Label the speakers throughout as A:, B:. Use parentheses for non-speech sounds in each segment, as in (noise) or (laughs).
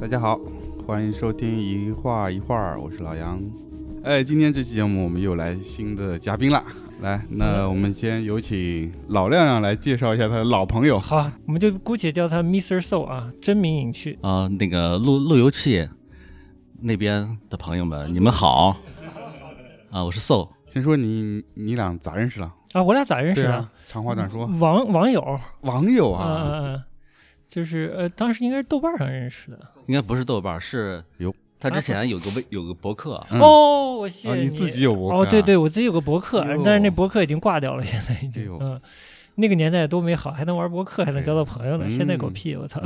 A: 大家好，欢迎收听一画一画儿，我是老杨。哎，今天这期节目我们又来新的嘉宾了，来，那我们先有请老亮亮来介绍一下他的老朋友。
B: 好，我们就姑且叫他 Mr. So 啊，真名隐去。
C: 啊、那个路路由器那边的朋友们，你们好 (laughs) 啊！我是 So
A: 先说你，你俩咋认识了？
B: 啊，我俩咋认识
A: 对
B: 的？
A: 啊，长话短说，
B: 网网友
A: 网友
B: 啊啊
A: 啊，，
B: 啊就是呃，当时应该是豆瓣上认识的。
C: 应该不是豆瓣儿，是
A: 哟
C: 他之前有个微有个博客，
A: 嗯
B: 哦，我谢
A: 啊，
B: 谢
A: 你自己有博客啊
B: 哦，对对，，我自己有个博客
A: 哎呦，
B: 但是那博客已经挂掉了，现在已
A: 哎
B: 经
A: 呦。
B: 嗯，那个年代多美好，还能玩博客，还能交到朋友呢。
A: 嗯
B: 现在狗屁，我操！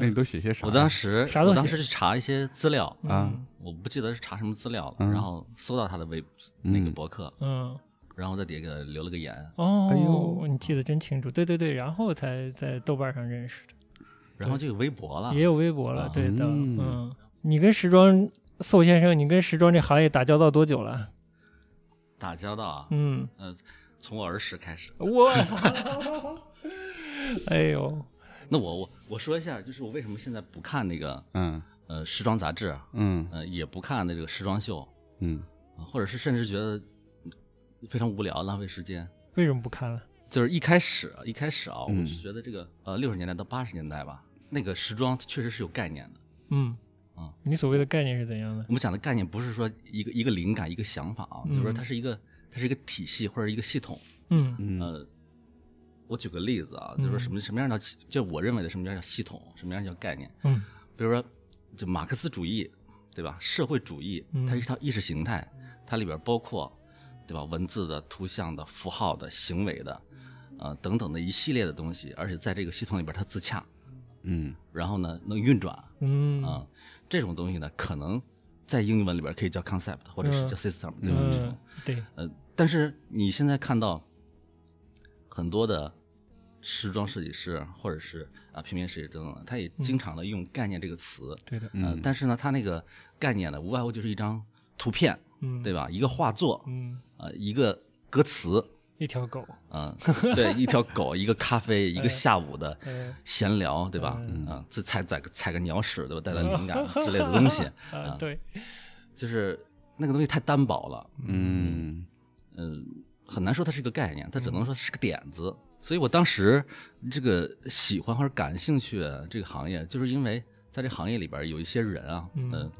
A: 那你都写些啥？
C: 我当时
B: 啥都
C: 我当
B: 写
C: 时去查一些资料，
A: 啊
B: 嗯
C: 我不记得是查什么资料了，
A: 嗯
C: 然后搜到他的微那个
A: 嗯，
C: 博客，
B: (laughs) 嗯，
C: 然后在底下给留了个言。
A: 哎
B: 哦
A: 呦，
B: 你记得真清楚。对对对，然后才在豆瓣上认识的，
C: 然后就有微博了，
B: 也有微博了
C: 啊。
B: 对的，
A: 嗯
B: 嗯，你跟时装。宋先生，你跟时装这行业打交道多久了？
C: 打交道啊，
B: 嗯，
C: 从我儿时开始。
B: 我， (laughs) 哎呦，
C: 那我我我说一下，就是我为什么现在不看那个
A: 嗯
C: 呃时装杂志，
A: 嗯
C: 呃也不看那个时装秀，
A: 嗯，
C: 啊或者是甚至觉得非常无聊，浪费时间。
B: 为什么不看了？
C: 就是一开始一开始啊，我
A: 嗯
C: 就觉得这个、呃六十年代到八十年代吧，那个时装确实是有概念的。
B: 嗯，
C: 啊
B: 你所谓的概念是怎样的？
C: 我们讲的概念不是说一个一个灵感一个想法啊，就是说
B: 嗯
C: 它是一个它是一个体系或者一个系统。
B: 嗯
A: 嗯
C: 呃，我举个例子啊，就是说什么什么样叫就我认为的什么样叫系统，什么样叫概念。
B: 嗯
C: 比如说，就马克思主义，对吧？社会主义
B: 嗯，
C: 它是一套意识形态，它里边包括，对吧？文字的、图像的、符号的、行为的，呃，等等的一系列的东西，而且在这个系统里边它自洽，
A: 嗯
C: 然后呢能运转啊、
B: 嗯
C: 这种东西呢，可能在英文里边可以叫 concept 或者是叫
B: 嗯
C: system，、对吧？这种
B: 嗯，对，
C: 呃，但是你现在看到很多的时装设计师或者是啊平面设计等等的，他也
B: 嗯
C: 经常的用概念这个词，
B: 对的，
C: 嗯，但是呢，它那个概念呢，无外乎就是一张图片，
B: 嗯，
C: 对？吧？一个画作，
B: 嗯，
C: 呃，一个歌词，
B: 一条狗，啊
C: 嗯、 (laughs) 对，一条狗，一个咖啡，一个下午的
B: 嗯
C: 闲聊，对吧？
B: 嗯
C: 哎嗯，这踩踩个踩个鸟屎，对吧？ (laughs) 带来灵感之类的东西， (laughs)
B: 啊，对，
C: 就是那个东西太单薄了，
A: 嗯
C: 嗯、很难说它是个概念，它只能说是个点子。所以我当时这个喜欢或者感兴趣这个行业，就是因为在这行业里边有一些人啊，
B: 嗯
C: 嗯、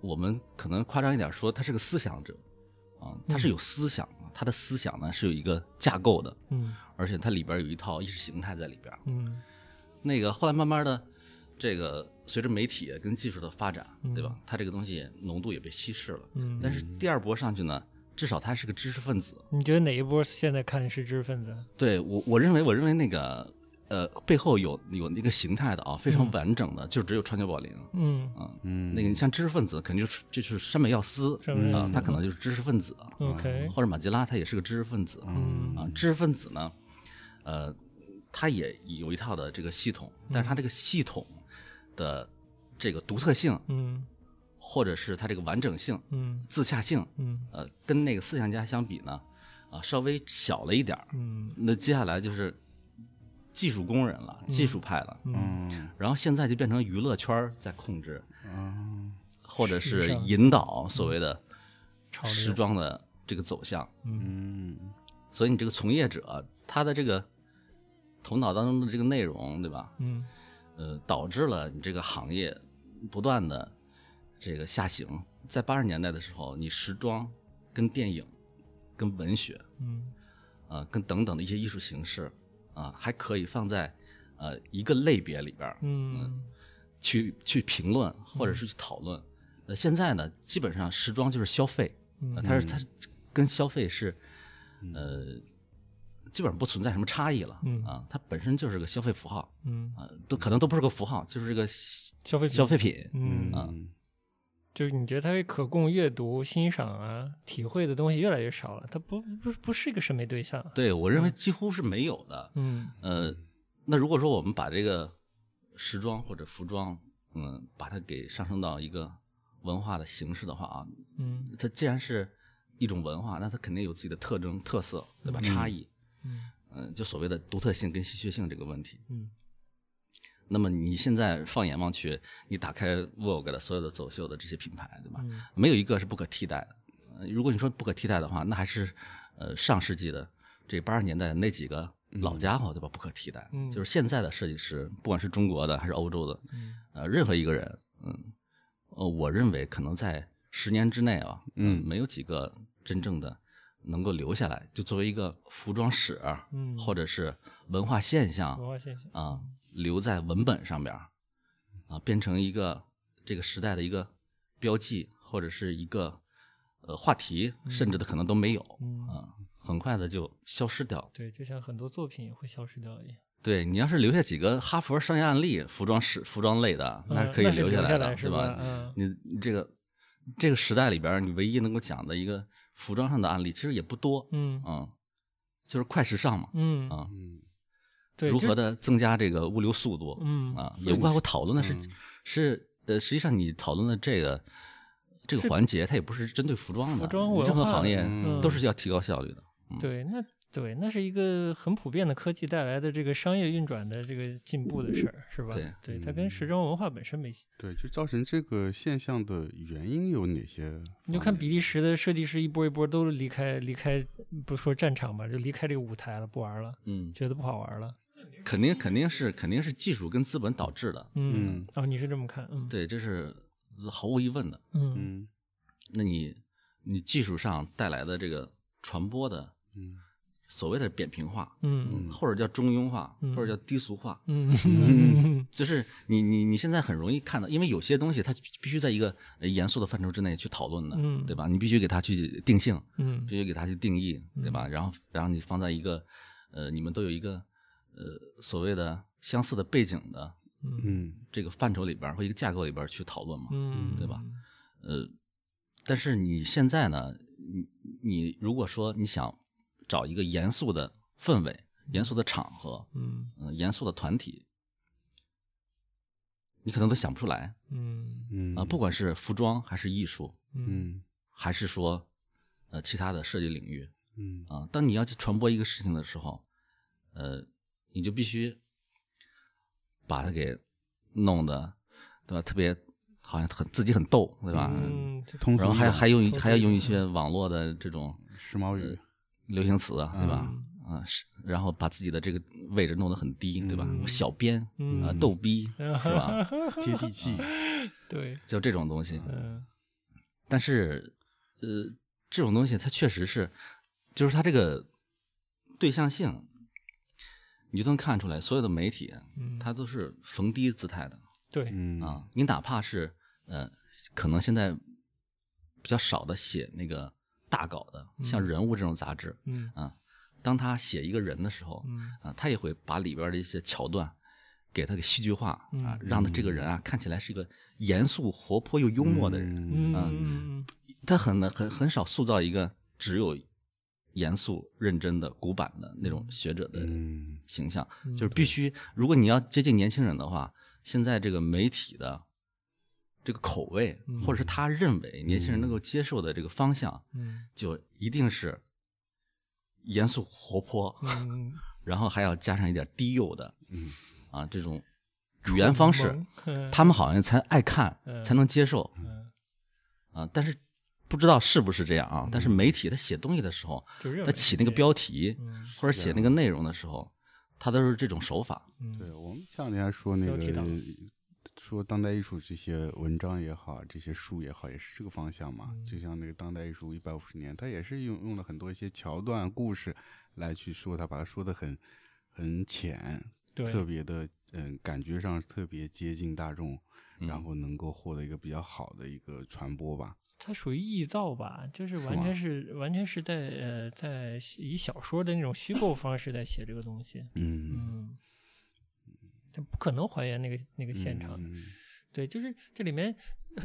C: 我们可能夸张一点说，他是个思想者，啊、他是有思想的，他的思想呢是有一个架构的，
B: 嗯
C: 而且它里边有一套意识形态在里边。
B: 嗯
C: 那个后来慢慢的，这个随着媒体跟技术的发展，对吧？它这个东西浓度也被稀释了。
B: 嗯。
C: 但是第二波上去呢，至少他是个知识分子。
B: 你觉得哪一波现在看是知识分子？
C: 对我，我认为，我认为那个呃背后有有那个形态的啊，非常完整的，就只有川久保玲。
B: 嗯
C: 嗯，
A: 嗯，
C: 那个你像知识分子，肯定就是就是山本耀司，
B: 山本耀司嗯
C: 啊，他可能就是知识分子，啊
B: ，OK，
C: 或者马吉拉，他也是个知识分子。
B: 嗯
C: 啊，知识分子呢，呃，他也有一套的这个系统，
B: 嗯
C: 但是他这个系统的这个独特性，
B: 嗯
C: 或者是他这个完整性、
B: 嗯
C: 自洽性，
B: 嗯
C: 呃，跟那个思想家相比呢，啊，稍微小了一点儿。
B: 嗯
C: 那接下来就是技术工人了，技术派了，
B: 嗯
A: 嗯
C: 然后现在就变成娱乐圈儿在控制，
A: 嗯
C: 或者
B: 时
C: 是
B: 尚
C: 引导所谓的
B: 潮流
C: 时装的这个走向。
A: 嗯
C: 所以你这个从业者，他的这个头脑当中的这个内容，对吧？
B: 嗯
C: 呃，导致了你这个行业不断的这个下行。在八十年代的时候，你时装跟电影、跟文学，
B: 嗯
C: 呃，跟等等的一些艺术形式，啊、还可以放在呃一个类别里边儿
B: 嗯
C: 去去评论或者是去讨论。呃，现在呢，基本上时装就是消费，呃
B: 嗯
C: 它是它是跟消费是，呃，基本上不存在什么差异了。
B: 嗯
C: 啊，它本身就是个消费符号，
B: 嗯，
C: 啊，都可能都不是个符号，就是这个消
B: 消费
C: 消费品。
B: 嗯
A: 嗯
B: 就是你觉得它是可供阅读、欣赏啊、体会的东西越来越少了，它不不不是一个审美对象。啊
C: 对我认为几乎是没有的。
B: 嗯
C: 呃，那如果说我们把这个时装或者服装，嗯，把它给上升到一个文化的形式的话啊，
B: 嗯
C: 它既然是一种文化，那它肯定有自己的特征、特色，对吧？差异，
B: 嗯
C: 嗯、就所谓的独特性跟稀缺性这个问题。
B: 嗯
C: 那么你现在放眼望去，你打开 Vogue 的所有的走秀的这些品牌，对吧？
B: 嗯
C: 没有一个是不可替代的。呃如果你说不可替代的话，那还是呃上世纪的这八十年代的那几个老家伙，对吧？不可替代。
B: 嗯
C: 就是现在的设计师，不管是中国的还是欧洲的，
B: 嗯
C: 呃，任何一个人，嗯，呃，我认为可能在十年之内啊，
A: 嗯
C: 没有几个真正的能够留下来，就作为一个服装史，
B: 嗯
C: 或者是文化现象，
B: 文化现象，
C: 啊，留在文本上边儿啊，变成一个这个时代的一个标记或者是一个呃话题，甚至的可能都没有
B: 嗯，
C: 啊，很快的就消失掉。
B: 对，就像很多作品也会消失掉一样，
C: 对你要是留下几个哈佛商业案例，服装史、服装类的，那
B: 嗯
C: 是可以
B: 那是
C: 留
B: 留
C: 来
B: 下
C: 的，
B: 来是
C: 对
B: 吧嗯
C: 你你这个这个时代里边儿，你唯一能够讲的一个服装上的案例，其实也不多，
B: 嗯
C: 嗯，就是快时尚嘛，
B: 嗯
C: 啊，
A: 嗯，
B: 对，
C: 如
B: 就
C: 何的增加这个物流速度，
B: 嗯
C: 啊，
A: 所以
C: 也无
A: 你
C: 怪
A: 是
C: 乎讨论的是、
A: 嗯
C: 是呃，实际上你讨论的这个这个环节，它也不是针对服装的，
B: 服装
C: 你
B: 文
C: 任何
B: 化
C: 行业
A: 嗯
C: 都是要提高效率的。
B: 对，那对，那是一个很普遍的科技带来的这个商业运转的这个进步的事儿，是吧？
C: 对，嗯
B: 它跟时装文化本身没。
A: 对，就造成这个现象的原因有哪些？
B: 你就看比，利时的设计师一波一波都离开离开，不说战场吧，就离开这个舞台了，不玩了，
C: 嗯，
B: 觉得不好玩了。
C: 肯定肯定是肯定是技术跟资本导致的，
B: 嗯
A: 嗯，
B: 哦，你是这么看？嗯，，
C: 对，这是毫无疑问的。
B: 嗯
A: 嗯
C: 那你你技术上带来的这个传播的
A: 嗯
C: 所谓的扁平化，
B: 嗯
A: 嗯
C: 或者叫中庸化，
B: 嗯
C: 或者叫低俗化，
B: 嗯 (laughs) 嗯
C: 就是你你你现在很容易看到，因为有些东西它必须在一个呃严肃的范畴之内去讨论的，
B: 嗯
C: 对吧？你必须给它去定性，
B: 嗯
C: 必须给它去定义，对吧？然后然后你放在一个呃，你们都有一个呃所谓的相似的背景的
B: 嗯
A: 嗯
C: 这个范畴里边儿或一个架构里边儿去讨论嘛，
B: 嗯，
C: 对吧？呃，但是你现在呢，你你如果说你想找一个严肃的氛围、严肃的场合、
B: 嗯
C: 嗯、严肃的团体，你可能都想不出来。
B: 嗯
A: 嗯
C: 啊，不管是服装还是艺术，
B: 嗯
A: 嗯
C: 还是说呃其他的设计领域
A: 嗯
C: 啊，当你要去传播一个事情的时候，呃，你就必须把它给弄得对吧？特别好像很自己很逗，对吧？
B: 嗯，这
A: 通俗
C: 然后还
A: 易懂
C: 还用一
B: 通俗
C: 还要
B: 易懂
A: 嗯
C: 用一些网络的这种
A: 时髦语，
C: (laughs) 流行词啊，对吧
B: 嗯？
C: 啊，是，然后把自己的这个位置弄得很低，对吧？
A: 嗯
C: 小编啊
A: 嗯，
C: 逗逼是吧？
A: 接地气，
B: 对，
C: 就这种
A: (laughs)
C: 东西，
B: 嗯
C: 但是，呃，这种东西它确实是，就是它这个对象性，你就能看出来，所有的媒体
B: 嗯，
C: 它都是逢低姿态的
B: 对，
A: 嗯
C: 啊。你哪怕是呃，可能现在比较少的写那个大稿的，像《人物》这种杂志
B: 嗯
C: 啊，当他写一个人的时候
B: 嗯
C: 啊，他也会把里边的一些桥段。给他给戏剧化啊
B: 嗯，
C: 让他这个人啊看起来是一个严肃、活泼又幽默的人，啊
B: 嗯
A: 嗯
B: 嗯
C: 他很难很很少塑造一个只有严肃认真的古板的那种学者的
A: 嗯
C: 形象，
B: 嗯
C: 就是必须，如果你要接近年轻人的话，现在这个媒体的这个口味，
B: 嗯
C: 或者是他认为年轻人
A: 嗯
C: 能够接受的这个方向，
B: 嗯
C: 就一定是严肃活泼，
B: 嗯，
C: 然后还要加上一点低幼的，
A: 嗯
C: 啊这种语言方式，他们好像才爱看，
B: 嗯
C: 才能接受。
B: 嗯，
C: 啊，但是不知道是不是这样啊？但是媒体他写东西的时候，
B: 就认
C: 他
B: 为
C: 起那个标题
B: 嗯
C: 或者写那个内容的时候，他都是这种手法。
B: 嗯
A: 对，我们前两天还说那
B: 标题党
A: 个说当代艺术这些文章也好，这些书也好，也是这个方向
B: 嗯
A: 嘛。就像那个当代艺术一百五十年，它也是用用了很多一些桥段、故事来去说它，把它说的很很浅，
B: 对
A: 特别的嗯，感觉上特别接近大众，然
C: 嗯
A: 后能够获得一个比较好的一个传播吧。
B: 它属于臆造吧，就是
A: 是
B: 完
A: 吗
B: 全是完全是在呃在以小说的那种虚构方式在写这个东西，
A: 嗯，
B: 嗯，它不可能还原那个那个现场的，
A: 嗯
B: 对，就是这里面、呃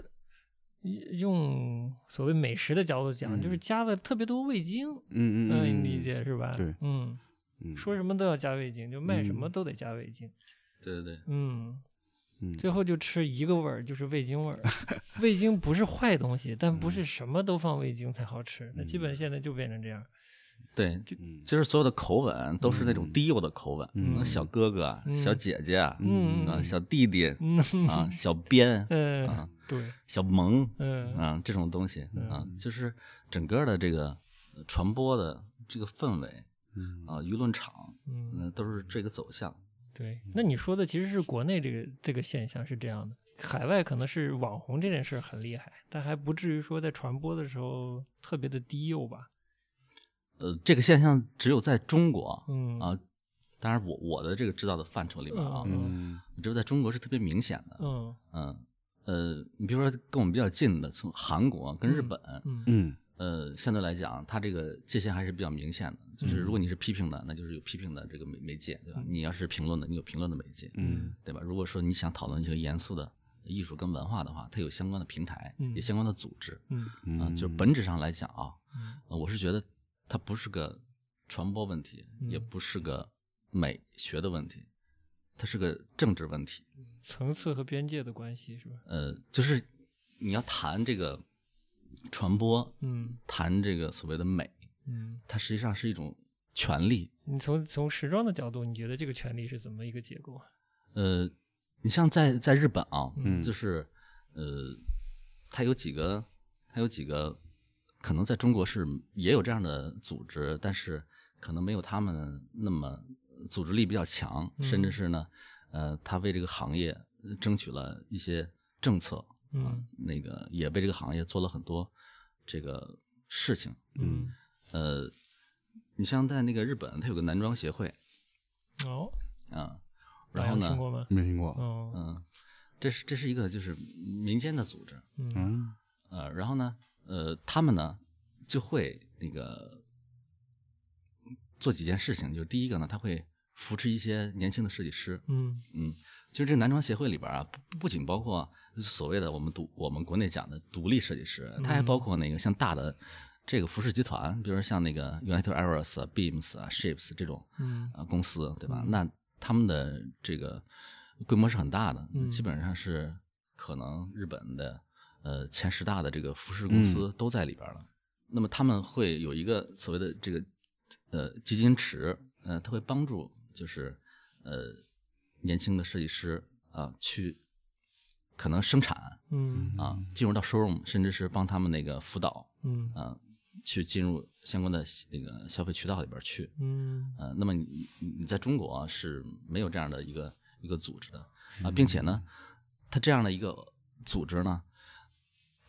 B: 一用所谓美食的角度讲，就是
A: 嗯
B: 加了特别多味精，
A: 嗯嗯
C: 呃
B: 嗯，
A: 嗯，
B: 你理解是吧？
A: 对
B: 嗯，
A: 嗯？
B: 说什么都要加味精，就卖什么
A: 嗯
B: 都得加味精，
C: 对对对，
B: 嗯，
A: 嗯，
B: 最后就吃一个味儿，就是味精味儿。 (laughs) 味精不是坏东西，但不是什么都放味精才好吃。那基本现在就变成这样，
C: 对，
A: 嗯
C: 就是所有的口吻都是那种
A: 嗯
C: 低幼的口吻，
A: 嗯
C: 嗯小哥哥、
B: 嗯
C: 小姐姐、
B: 嗯
C: 啊、小弟弟
B: 嗯 (laughs)
C: 啊、小编、
B: 嗯、
C: 啊、
B: 对，
C: 小萌，
B: 嗯、
C: 啊，这种东西啊，就是整个的这个呃传播的这个氛围
A: 嗯
C: 啊，舆论场，
B: 嗯
C: 嗯，都是这个走向。
B: 对，那你说的其实是国内这个这个现象是这样的，海外可能是网红这件事儿很厉害，但还不至于说在传播的时候特别的低幼吧？
C: 呃，这个现象只有在中国
B: 嗯
C: 啊，当然我我的这个知道的范畴里面啊，
A: 嗯
C: 只有在中国是特别明显的。
B: 嗯
C: 嗯，呃，你比如说跟我们比较近的，从韩国啊跟日
B: 嗯
C: 本，
B: 嗯
A: 嗯
C: 呃，相对来讲，它这个界限还是比较明显的。就是如果你是批评的，那就是有批评的这个媒媒介，对吧？你要是评论的，你有评论的媒介，
A: 嗯
C: 对吧？如果说你想讨论一些严肃的艺术跟文化的话，它有相关的平台，
B: 嗯
C: 也相关的组织，
B: 嗯
A: 嗯
C: 啊就本质上来讲啊，
B: 嗯
C: 呃我是觉得它不是个传播问题，也
B: 嗯
C: 不是个美学的问题，它是个政治问题。
B: 层次和边界的关系是吧？
C: 呃，就是你要谈这个传播，
B: 嗯
C: 谈这个所谓的美，
B: 嗯，
C: 它实际上是一种权利。
B: 你从从时装的角度，你觉得这个权利是怎么一个结构啊？
C: 呃，你像在在日本啊，
A: 嗯
C: 就是呃，它有几个，它有几个，可能在中国是也有这样的组织，但是可能没有他们那么组织力比较强，
B: 嗯
C: 甚至是呢，呃，他为这个行业争取了一些政策，啊
B: 嗯
C: 那个也为这个行业做了很多这个事情，
B: 嗯
C: 呃，你像在那个日本，它有个男装协会
B: 哦，
C: 啊，
B: 大
C: 然
B: 家
C: 后呢
B: 听，过吗？
A: 没听过，
B: 哦
C: 嗯，这是这是一个就是民间的组织，
B: 嗯
A: 嗯
C: 呃，然后呢，呃，他们呢就会那个做几件事情，就是第一个呢，他会扶持一些年轻的设计师，
B: 嗯
C: 嗯，就是这个男装协会里边啊，不不仅包括所谓的我们独我们国内讲的独立设计师，它还包括那个像大的这个服饰集团，比如说像那个 United Errors 啊、Beams 啊、Shapes 这种
B: 嗯
C: 啊公司，对吧？那他们的这个规模是很大的，
B: 嗯
C: 基本上是可能日本的呃前十大的这个服饰
B: 嗯
C: 公司都在里边了。那么他们会有一个所谓的这个呃基金池，呃，它会帮助就是呃年轻的设计师啊、去可能生产
B: 嗯
C: 啊、进入到 showroom，甚至是帮他们那个辅导
B: 嗯
C: 啊、去进入相关的那个消费渠道里边去。
B: 嗯
C: 呃，那么你你你在中国啊、是没有这样的一个一个组织的啊，并且呢，它这样的一个组织呢，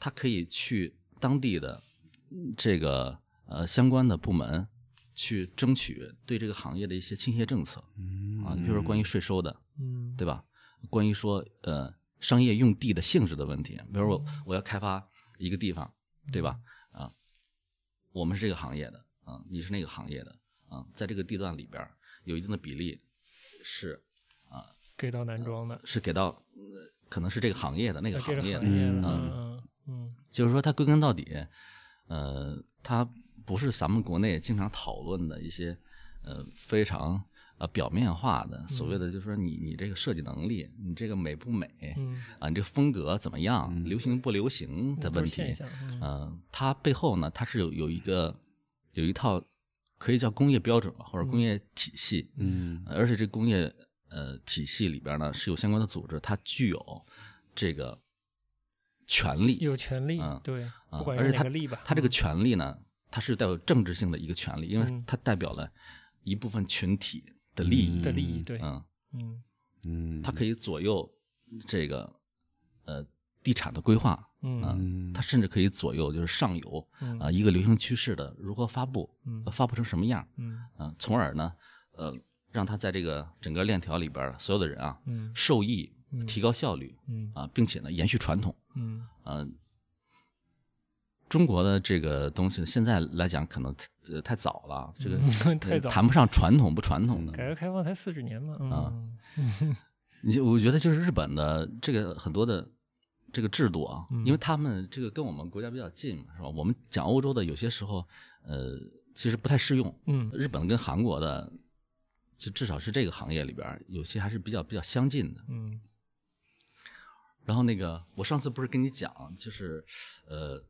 C: 它可以去当地的嗯这个呃相关的部门去争取对这个行业的一些倾斜政策
A: 嗯
C: 啊，比如说关于税收的，
B: 嗯，
C: 对吧？关于说呃商业用地的性质的问题，比如我我要开发一个地方，对吧？啊，我们是这个行业的啊，你是那个行业的啊，在这个地段里边儿有一定的比例是
B: 给到男装的，
C: 是给到、呃可能是这个行业的那
B: 那
C: 个行业
B: 业
C: 的，
B: 的，嗯
C: 嗯
B: 嗯
C: 就是说它归根到底，呃，它不是咱们国内经常讨论的一些呃非常。呃，表面化的所谓的就是说你你这个设计能力，你这个美不美，
B: 嗯，
C: 啊，你这个风格怎么样，流行不流行的
B: 都
C: 问
B: 是
C: 题。
B: 现象，嗯
C: 嗯、它背后呢，它是有有一个有一套可以叫工业标准吧，或者工业体系。
A: 嗯
C: 呃而且这工业呃体系里边呢是有相关的组织，它具有这个权利
B: 有权利，
C: 嗯
B: 对，
C: 啊、
B: 不管
C: 而
B: 是
C: 且
B: 哪
C: 它
B: 个利吧，
C: 它这个权利呢，它是带有政治性的一个权利，因为
B: 嗯
C: 它代表了一部分群体的利益。
B: 的利益，对，
C: 嗯，
B: 嗯
A: 嗯，
C: 它可以左右这个呃地产的规划。
B: 嗯
A: 嗯
C: 它甚至可以左右就是上游
B: 嗯
C: 啊啊、一个流行趋势的如何发布，
B: 嗯
C: 呃发布成什么样，
B: 嗯
C: 嗯、从而呢，呃，让它在这个整个链条里边儿所有的人啊 (laughs)
B: 嗯
C: 受益
B: 嗯，
C: 提高效率
B: 嗯
C: 啊、并且呢延续传统，
B: 嗯
C: 嗯、中国的这个东西现在来讲可能呃太早了，这个、
B: 嗯太早了嗯
C: 谈不啊上传统不传统的。
B: 改革开放才四十年嘛，嗯
C: 你就我觉得就是日本的这个很多的这个制度啊，
B: 嗯
C: 因为他们这个跟我们国家比较近嘛，是吧？我们讲欧洲的有些时候，呃，其实不太适用。
B: 嗯
C: 日本跟韩国的，就至少是这个行业里边儿，有些还是比较比较相近的。
B: 嗯
C: 然后那个，我上次不是跟你讲，就是，呃，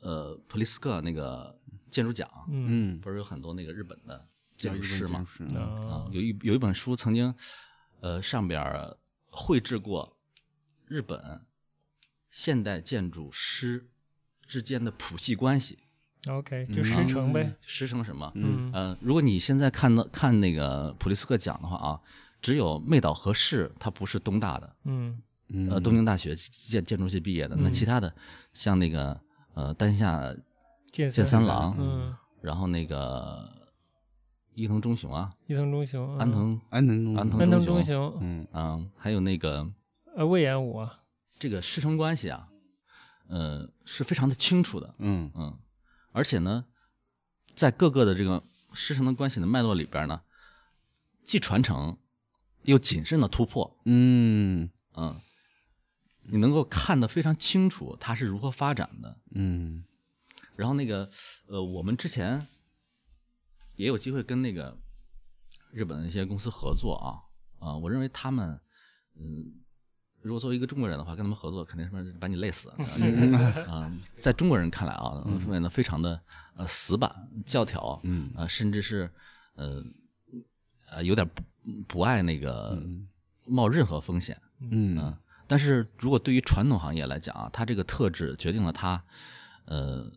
C: 呃普利斯克那个建筑奖，
B: 嗯
A: 嗯，
C: 不是有很多那个日本的
A: 叫
C: 建筑师嘛？
A: 是
C: 啊
B: 啊，
C: 有一有一本书曾经，呃，上边儿绘制过日本现代建筑师之间的谱系关系，
B: 嗯
C: 啊
B: OK
C: 嗯
B: 就师承呗，
C: 师承什么？
B: 嗯
C: 呃，如果你现在看到看那个普利斯克奖的话啊，只有妹岛和世他不是东大的，
B: 嗯
A: 嗯
C: 呃，东京大学建建筑系毕业的，那
B: 嗯
C: 其他的像那个呃丹下
B: 剑三
C: 剑三郎，
B: 嗯，
C: 然后那个伊藤忠雄啊，
B: 伊藤忠雄，嗯
C: 安藤
A: 安藤忠
C: 安藤
B: 安藤
C: 忠
B: 忠
C: 雄
B: 雄，
A: 嗯
C: 嗯，还有那个
B: 呃，魏延武啊，
C: 这个师承关系啊，呃，是非常的清楚的，
A: 嗯
C: 嗯，而且呢，在各个的这个师承的关系的脉络里边呢，既传承又谨慎的突破，
A: 嗯
C: 嗯，你能够看得非常清楚它是如何发展的。
A: 嗯
C: 然后那个呃，我们之前也有机会跟那个日本的一些公司合作啊啊、我认为他们嗯，如果作为一个中国人的话，跟他们合作肯定是把你累死啊、啊在中国人看来啊，变得非常的呃死板教条，
A: 嗯
C: 啊、甚至是呃呃有点不不爱那个冒任何风险，
A: 嗯
C: 但是如果对于传统行业来讲啊，它这个特质决定了它，呃，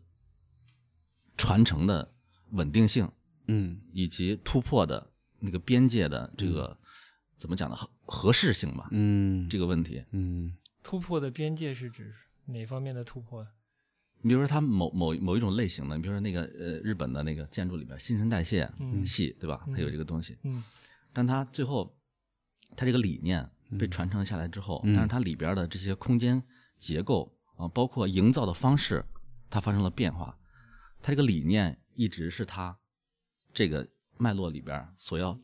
C: 传承的稳定性
A: 嗯
C: 以及突破的那个边界的这个、
B: 嗯
C: 怎么讲呢合合适性吧、
A: 嗯
C: 这个问题。
A: 嗯
B: 突破的边界是指哪方面的突破？啊
C: 你比如说它某某某一种类型的，你比如说那个呃日本的那个建筑里边新陈代谢
B: 嗯
C: 系、对吧？它有这个东西，
B: 嗯
C: 但它最后它这个理念被传承下来之后，
A: 嗯
C: 但是它里边的这些空间结构啊，包括营造的方式，它发生了变化。它这个理念一直是它这个脉络里边所要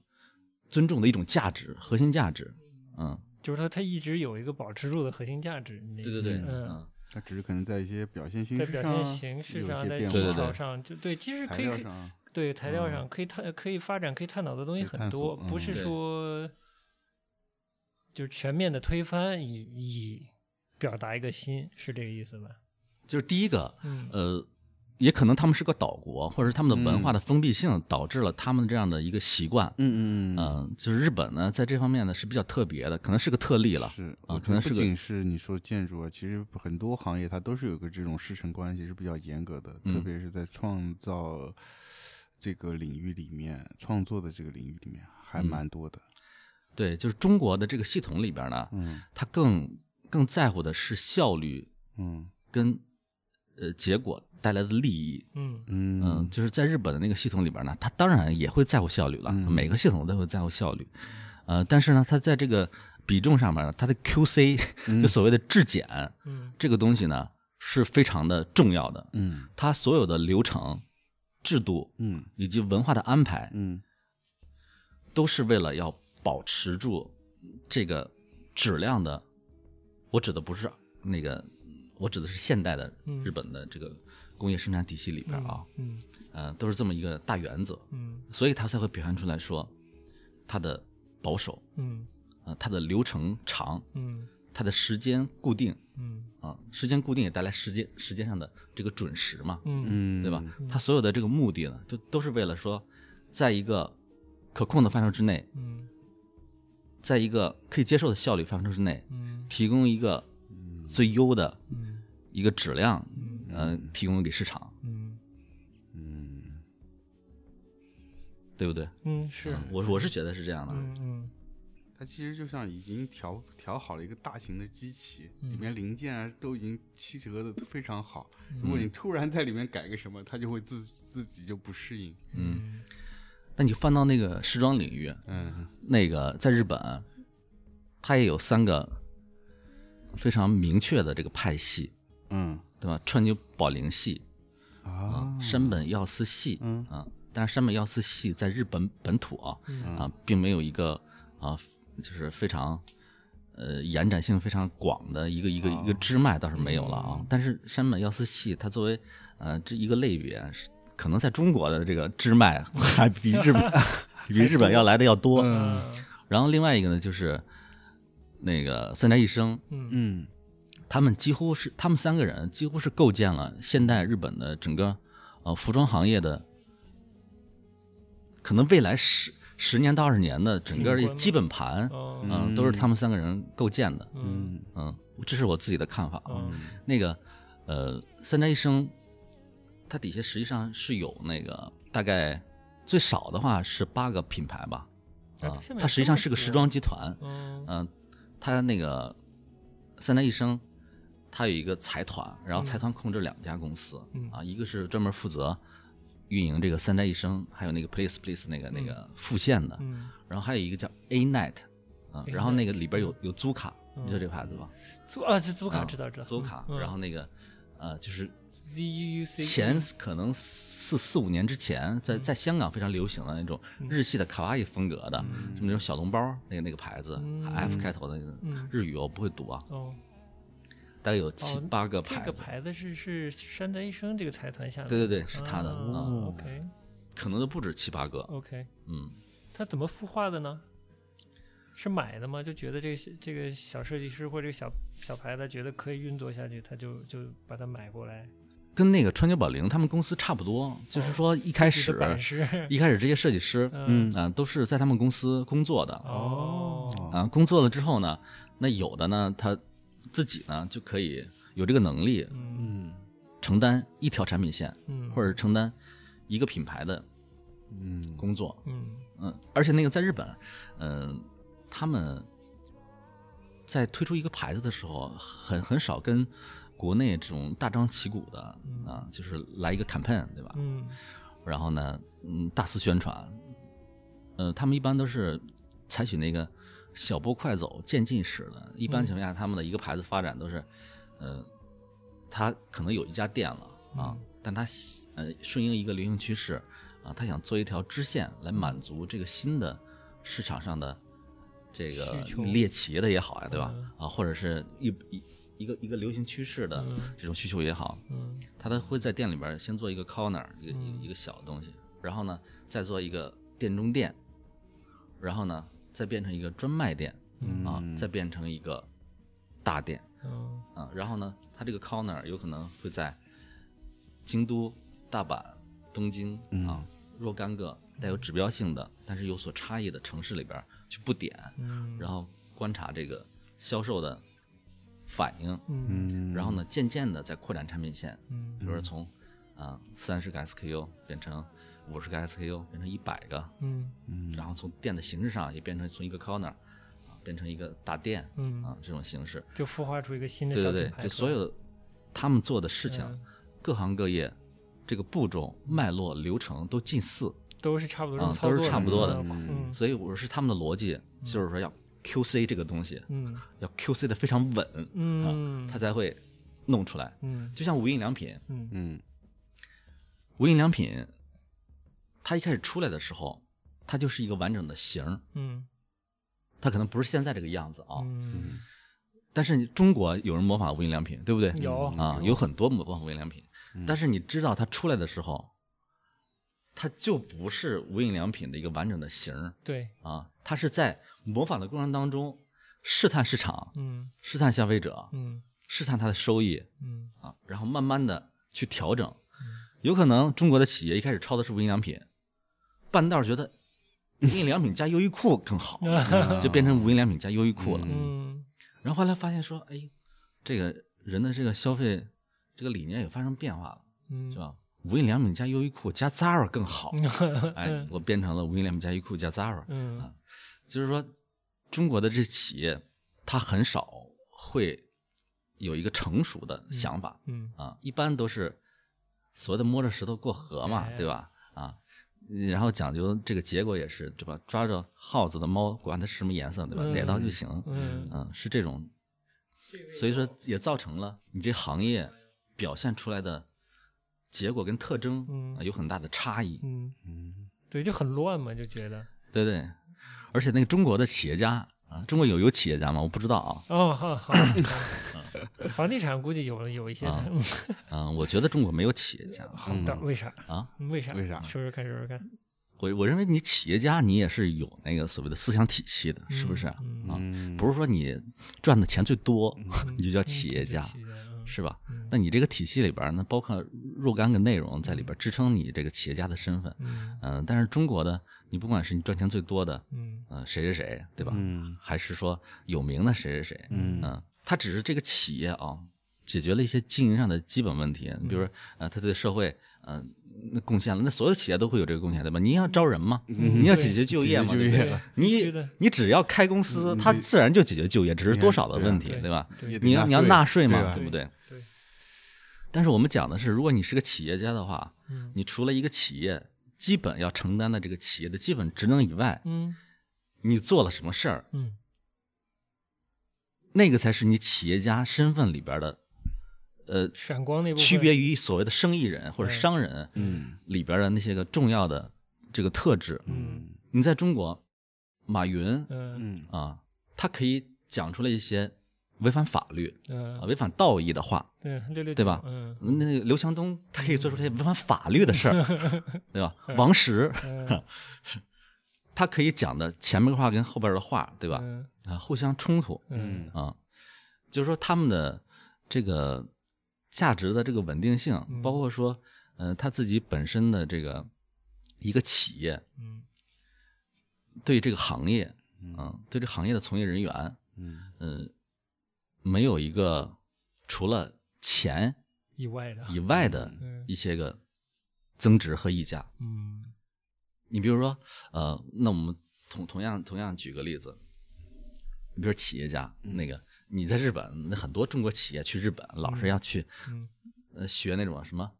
C: 尊重的一种价值，核心价值。嗯，
B: 就是说它一直有一个保持住的核心价值。你的
C: 对对对，
B: 意思嗯。
C: 嗯，
A: 他只是可能在一些表现形
B: 在
A: 式
B: 表
A: 上，
B: 现形式
A: 有一
B: 上，
A: 些
B: 在
A: 变
B: 技
C: 化
B: 巧上，就对，其实
A: 材
B: 可以
A: 料
B: 可以
A: 上，
B: 对材料
A: 嗯
B: 上可以探可以发展可以探讨的东西
A: 可以
B: 很
A: 探索
B: 多，不
A: 嗯
B: 是
C: 对
B: 说就是全面的推翻以以表达一个新，是这个意思吧？
C: 就是第一个，
B: 嗯
C: 呃，也可能他们是个岛国，或者是他们的文化
A: 嗯
C: 的封闭性导致了他们这样的一个习惯。
A: 嗯嗯嗯
C: 嗯，就是日本呢，在这方面呢是比较特别的，可能是个特例了。
A: 是
C: 啊
A: 我
C: 可
A: 觉得
C: 能是
A: 不
C: 个
A: 仅是你说建筑啊，其实很多行业它都是有个这种师承关系是比较严格的，特
C: 嗯
A: 别是在创造这个领域里面，创作的这个领域里面还
C: 嗯
A: 蛮多的。
C: 对，就是中国的这个系统里边呢，
A: 嗯
C: 它更更在乎的是效率
A: 嗯
C: 跟呃结果带来的利益。
B: 嗯
A: 嗯
C: 嗯，就是在日本的那个系统里边呢，它当然也会在乎效率了，
A: 嗯
C: 每个系统都会在乎效率。呃，但是呢，它在这个比重上面呢，它的 (laughs) QC、就所谓的质检
B: 嗯
C: 这个东西呢，是非常的重要的。
A: 嗯
C: 它所有的流程、制度
A: 嗯
C: 以及文化的安排，
A: 嗯
C: 都是为了要保持住这个质量的。我指的不是那个，我指的是现代的
B: 嗯
C: 日本的这个工业生产体系里边啊，
B: 嗯
C: 呃，都是这么一个大原则，
B: 嗯
C: 所以它才会表现出来说它的保守，
B: 嗯
C: 呃，它的流程长，
B: 嗯
C: 它的时间固定
B: 嗯
C: 啊、时间固定也带来时间时间上的这个准时嘛，
B: 嗯
A: 嗯，
C: 对吧？？它所有的这个目的呢，就都是为了说，在一个可控的范畴之内，
B: 嗯
C: 在一个可以接受的效率范畴之内，
B: 嗯
C: 提供一个最优的
B: 嗯
C: 一个质量，
B: 嗯
C: 呃，提供给市场，
B: 嗯
A: 嗯
C: 对不对？
B: 嗯是
C: 我我是觉得是这样的。
B: 嗯嗯
A: 它其实就像已经调调好了一个大型的机器，
B: 嗯
A: 里面零件啊都已经切折的非常好。如果你突然在里面改个什么，它就会自自己就不适应。
B: 嗯
C: 那你放到那个时装领域，
A: 嗯
C: 那个在日本，它也有三个非常明确的这个派系，
A: 嗯
C: 对吧？川久保玲系啊
A: 啊，
C: 山本耀司系，
A: 嗯
C: 啊，但是山本耀司系在日本本土啊，
B: 嗯
C: 啊，并没有一个啊，就是非常呃延展性非常广的一个一个一个支脉倒是没有了啊。但是山本耀司系它作为呃这一个类别，是可能在中国的这个支脉还比日本比日本要来的要多。
B: 嗯
C: 然后另外一个呢，就是那个三宅一生，
B: 嗯
A: 嗯
C: 他们几乎是他们三个人几乎是构建了现代日本的整个呃服装行业的，可能未来十十年到二十年的整个
B: 景观吗
C: 基本盘，
B: 哦
C: 嗯、都是他们三个人构建的，
B: 嗯
C: 嗯，这是我自己的看法啊。
B: 嗯
C: 那个呃，三宅一生，它底下实际上是有那个大概最少的话是八个品牌吧，
B: 啊
C: 啊
B: 这下，面
C: 它实际上是个时装集团，
B: 嗯
C: 嗯、它那个三宅一生，它有一个财团，然后财团控制两家公司，
B: 嗯
C: 啊，一个是专门负责运营这个三宅一生，还有那个 Place Place 那个那个复线的，
B: 嗯，
C: 然后还有一个叫 A Night，啊，
B: A
C: 然后那个
B: Night
C: 里边有有租卡，
B: 嗯
C: 你知道这个牌子吧？
B: 租啊，这租卡
C: 啊
B: 知道知道，
C: 租卡，
B: 嗯
C: 然后那个呃，就是
B: Z U C E 嗯
C: 前可能四四五年之前，在在香港非常流行的那种日系的卡哇伊风格的，什么那种小笼包那个那个牌子
B: 嗯
C: ，F 开头的那个
B: 嗯
C: 日语我不会读啊，
B: 哦，
C: 大概有七
B: 哦
C: 八个
B: 这
C: 牌
B: 个
C: 子，
B: 牌子是是山德医生这个财团下的，
C: 对对对，是他的
B: 啊
C: 啊，
B: OK
C: 可能都不止七八个，
B: OK，
C: 嗯，
B: 他怎么孵化的呢？是买的吗？就觉得这个这个小设计师或者这个小小牌子觉得可以运作下去，他就就把它买过来。
C: 跟那个川久保玲他们公司差不多，就是说一开
B: 自己
C: 始
B: 的版式，
C: 一开始这些设计师，
B: 嗯
C: 啊，都是在他们公司工作的，
B: 哦，
C: 啊，工作了之后呢，那有的呢，他自己呢就可以有这个能力
B: 嗯
A: 嗯
C: 承担一条产品线，
B: 嗯，
C: 或者承担一个品牌的
A: 嗯
C: 工作。
B: 嗯
C: 嗯，而且那个在日本，嗯、他们在推出一个牌子的时候，很很少跟国内这种大张旗鼓的啊，就是来一个 campaign，对吧？
B: 嗯
C: 然后呢，嗯，大肆宣传。呃，他们一般都是采取那个小步快走、渐进式的。一
B: 嗯
C: 般情况下，他们的一个牌子发展都是，呃，他可能有一家店了啊
B: 嗯，
C: 但他喜呃顺应一个流行趋势啊，他想做一条支线来满足这个新的市场上的这个
B: 需求
C: 猎奇的也好呀，对吧
B: 嗯？
C: 啊，或者是一一一个一个流行趋势的
B: 嗯
C: 这种需求也好，
B: 嗯
C: 他都会在店里边儿先做一个 corner，一个、
B: 嗯
C: 一个小的东西，然后呢，再做一个店中店，然后呢，再变成一个专卖店啊，再变成一个大店
B: 嗯
C: 啊，然后呢，他这个 corner 有可能会在京都、大阪、东京啊若干个带有指标性的，但是有所差异的城市里边儿去布点，
B: 嗯，
C: 然后观察这个销售的反应，
B: 嗯
A: 嗯
C: 然后呢，渐渐的再扩展产品线。
B: 嗯
C: 比如说从啊三十个 SKU 变成五十个 SKU，变成一百个，
B: 嗯
C: 然后从店的形式上也变成从一个 corner 啊变成一个大店
B: 嗯，
C: 啊这种形式。
B: 就孵化出一个新的
C: 对
B: 小
C: 对
B: 品
C: 对，
B: 牌，嗯
C: 就所有他们做的事情，各行各业这个步骤、脉络、流程都近似，
B: 都是差不多这
C: 啊
B: 么操
C: 都是
B: 作
C: 差不多的
B: 嗯
C: 所以我是他们的逻辑就是说要 QC 这个东西
B: 嗯
C: 要 QC 的非常稳，
B: 嗯，
C: 啊它才会弄出来。
B: 嗯
C: 就像无印良品，
B: 嗯
A: 嗯
C: 无印良品，它一开始出来的时候，它就是一个完整的形儿，
B: 嗯
C: 它可能不是现在这个样子啊。
B: 嗯
C: 但是你中国有人模仿无印良品，对不对？
B: 有嗯
C: 啊，有很多模仿无印良品。但是你知道它出来的时候，它就不是无印良品的一个完整的形儿
B: 对
C: 啊，它是在模仿的过程当中试探市场、
B: 嗯
C: 试探消费者、
B: 嗯
C: 试探它的收益
B: 嗯
C: 啊，然后慢慢的去调整。有可能中国的企业一开始抄的是无印良品，半道儿觉得无印良品加优衣库更
B: (laughs)
C: 好，就变成无印良品加优衣库了。
B: 嗯
C: 然后后来发现说，哎，这个人的这个消费这个理念也发生变化了，
B: 嗯
C: 是吧？无印良品加优衣库加 Zara 更好，哎，啊我变成了无印良品加优衣库加 Zara，
B: 嗯
C: 就是说中国的这企业，它很少会有一个成熟的想法，
B: 嗯
C: 啊，一般都是所谓的摸着石头过河嘛，
B: 哎
C: 对吧？啊，然后讲究这个结果也是，对吧？抓着耗子的猫，管它是什么颜色，对吧？逮到就行，
B: 嗯
C: 嗯，是这种，所以说也造成了你这行业表现出来的结果跟特征、
B: 嗯
C: 啊有很大的差异，
B: 嗯，
A: 嗯
B: 对，就很乱嘛，就觉得
C: 对不对？而且那个中国的企业家啊，中国有有企业家吗？我不知道啊，
B: 哦，好
C: (laughs)
B: 好，房地产估计有有一些，
C: 啊嗯嗯，我觉得中国没有企业家，
B: 好的，为啥？
C: 啊，
B: 为啥？
A: 为啥
B: 说说看，说说看。
C: 我我认为你企业家，你也是有那个所谓的思想体系的，是不是？
B: 嗯
C: 啊，
A: 嗯，
C: 不是说你赚的钱最多， (laughs) 啊你就叫
B: 嗯
C: 企业
B: 这就
C: 家，
B: 企业嗯
C: 是吧？
B: 嗯
C: 那你这个体系里边儿呢，包括若干个内容在里边儿支撑你这个企业家的身份。
B: 嗯
C: 嗯、但是中国的，你不管是你赚钱最多的，
B: 嗯
C: 嗯、谁谁谁，对吧？
A: 嗯
C: 还是说有名的谁谁谁，
A: 嗯
C: 嗯，他只是这个企业啊，解决了一些经营上的基本问题，比如说呃，他对社会呃那贡献了，那所有企业都会有这个贡献，对吧？你要招人嘛，
A: 嗯
C: 你要
B: 对
C: 解决就
A: 解决
C: 业嘛，
A: 就
C: 对不对
A: 业
B: 必须
C: 你
B: 的
C: 你只要开公司，
A: 嗯
C: 它
A: 你
C: 自然就解决就业，只是
A: 你
C: 多
A: 看
C: 少的
A: 对啊
C: 问题，
B: 对
C: 对吧？
A: 也
B: 对
A: 得
C: 你要你要
A: 纳
C: 纳税嘛，
A: 对吧
C: 对不对？
B: 对，
C: 但是我们讲的是，如果你是个企业家的话，
B: 嗯
C: 你除了一个企业基本要承担的这个企业的基本职能以外，
B: 嗯
C: 你做了什么事儿，
B: 嗯
C: 那个才是你企业家身份里边的，呃，
B: 闪光那部分
C: 区别于所谓的生意人或者
B: 嗯
C: 商人
A: 嗯
C: 里边的那些个重要的这个特质。
A: 嗯
C: 你在中国，马云
B: 嗯
A: 嗯
C: 啊，他可以讲出来一些违反法律、啊、
B: 嗯
C: 违反道义的话。
B: 对六六
C: 对
B: 九
C: 吧
B: 嗯
C: 那那个刘强东，他可以做出这些违反法律的事儿， (laughs) 对吧？王石，
B: 嗯
C: (laughs) 他可以讲的前面的话跟后边的话，对吧？
B: 嗯
C: 啊，互相冲突。
B: 嗯
A: 嗯
C: 啊，就是说他们的这个价值的这个稳定性，
B: 嗯
C: 包括说，呃，他自己本身的这个一个企业
B: 嗯
C: 对这个行业，
A: 嗯
C: 啊，对这行业的从业人员，
A: 嗯
C: 嗯，没有一个除了钱
B: 意外的
C: 以外的
B: 嗯
C: 一些个增值和溢价。
B: 嗯
C: 你比如说，呃，那我们同同样同样举个例子，你比如企业家
B: 嗯
C: 那个，你在日本，那很多中国企业去日本，老是要去
B: 嗯
C: 呃学那种什么，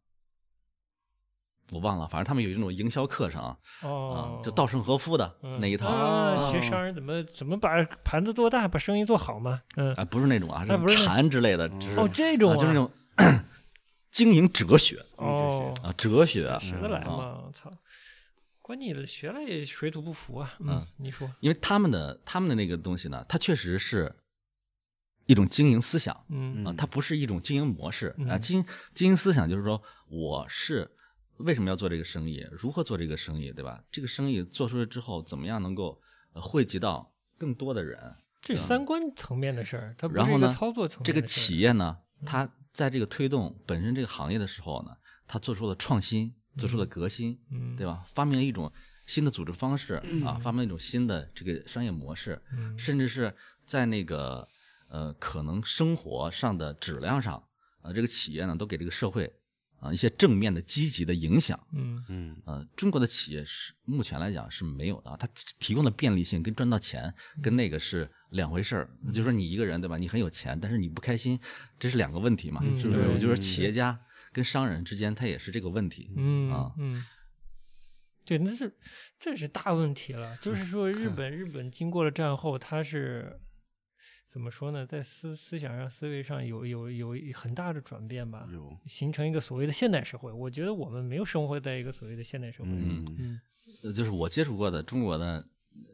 C: 我忘了，反正他们有一种营销课程啊，
B: 哦
C: 就稻盛和夫的
B: 嗯
C: 那一套
B: 啊
A: 哦
B: 学商人怎么怎么把盘子做大，把生意做好嘛嗯
C: 啊，不是那种啊，
B: 那不是那
C: 禅之类的，只是
B: 哦这种
C: 啊就是那种经营哲学
B: 哦
C: 啊，哲学啊，
B: 学得来
C: 嗯啊
B: 嘛操，关你学了也水土不服啊嗯
C: 嗯
B: 你说
C: 因为他们的他们的那个东西呢，它确实是一种经营思想。
B: 嗯
C: 啊
A: 嗯，
C: 它不是一种经营模式啊，
B: 嗯
C: 经经营思想就是说，我是为什么要做这个生意，如何做这个生意，对吧？这个生意做出来之后，怎么样能够呃汇集到更多的人？
B: 这是三观层面的事儿，它不
C: 嗯然
B: 是
C: 后
B: 一个
C: 呢
B: 操作层面
C: 这个
B: 的事儿嗯
C: 企业呢，它在这个推动本身这个行业的时候呢，它做出了创新，做出了革新，
B: 嗯
C: 对吧？发明了一种新的组织方式啊，发明了一种新的这个商业模式，
B: 嗯
C: 甚至是在那个呃可能生活上的质量上，呃，这个企业呢都给这个社会啊、一些正面的、积极的影响。
B: 嗯
A: 嗯
C: 呃，中国的企业是目前来讲是没有的啊，它提提供的便利性跟赚到钱
B: 嗯
C: 跟那个是两回事儿。就说你一个人对吧，你很有钱，但是你不开心，这是两个问题嘛，
B: 嗯
C: 是不是？
B: 对
C: 我就说
A: 嗯
C: 企业家跟商人之间，他也是这个问题。
B: 嗯
C: 啊
B: 嗯，对，那是这是大问题了。就是说，日本日本经过了战后，它是怎么说呢？在思思想上、思维上有有有一很大的转变吧，
A: 有
B: 形成一个所谓的现代社会。我觉得我们没有生活在一个所谓的现代社会。
A: 嗯
B: 嗯
C: 呃就是我接触过的中国的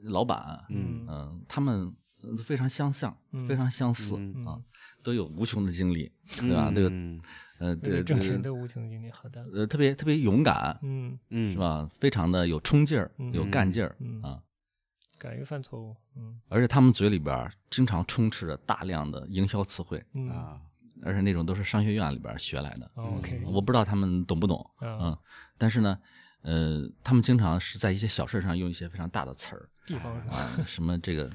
C: 老板，
A: 嗯
C: 嗯、他们呃非常相像，
B: 嗯
C: 非常相似、
A: 嗯
C: 啊
B: 嗯，
C: 都有无穷的精力，对吧？对，
A: 嗯
C: 呃，
B: 为了
C: 对，
B: 挣
C: 对
B: 钱的无穷精力好大。
C: 呃，特别特别勇敢，
B: 嗯，
A: 嗯
C: 是？吧？非常的有冲劲儿，有干劲儿、
B: 嗯
C: 啊，
B: 敢于犯错误。嗯
C: 而且他们嘴里边儿经常充斥着大量的营销词汇，
B: 嗯、
A: 啊，
C: 而且那种都是商学院里边儿学来的，
B: o k
C: 嗯我不知道他们懂不懂，
B: 啊
C: 嗯，但是呢，呃，他们经常是在一些小事上用一些非常大的词儿，
B: 地方是吧？
C: 啊，什么这个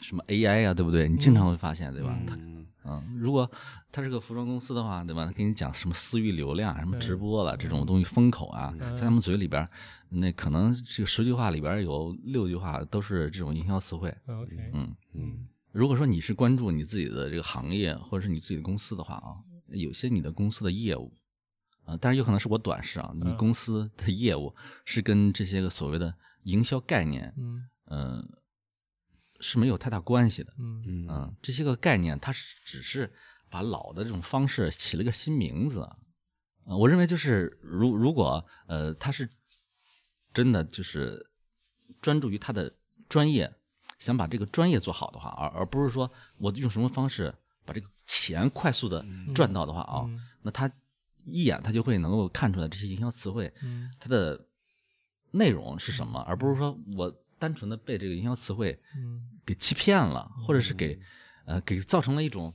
C: 什么 AI 啊，对不对？你
B: 嗯
C: 经常会发现，对吧？他
A: 嗯
C: 嗯，如果他是个服装公司的话，对吧？他给你讲什么私域流量啊、什么直播了、这种东西风口啊，
B: 嗯
C: 在他们嘴里边儿，那可能这个十句话里边儿有六句话都是这种营销词汇。
B: 哦 OK，
C: 嗯，
A: 嗯
C: 如果说你是关注你自己的这个行业或者是你自己的公司的话啊，有些你的公司的业务。啊，但是有可能是我短视啊，你
B: 嗯
C: 公司的业务是跟这些个所谓的营销概念，
B: 嗯
C: 呃，是没有太大关系的。
B: 嗯
A: 嗯
C: 嗯，这些个概念，它是只是把老的这种方式起了个新名字。呃我认为就是如如果呃，他是真的就是专注于他的专业，想把这个专业做好的话，而而不是说我用什么方式把这个钱快速的赚到的话啊，
B: 嗯
C: 那他一眼他就会能够看出来这些营销词汇，
B: 嗯
C: 它的内容是什么，而不是说我单纯的被这个营销词汇
B: 嗯
C: 给欺骗了，或者是给呃给造成了一种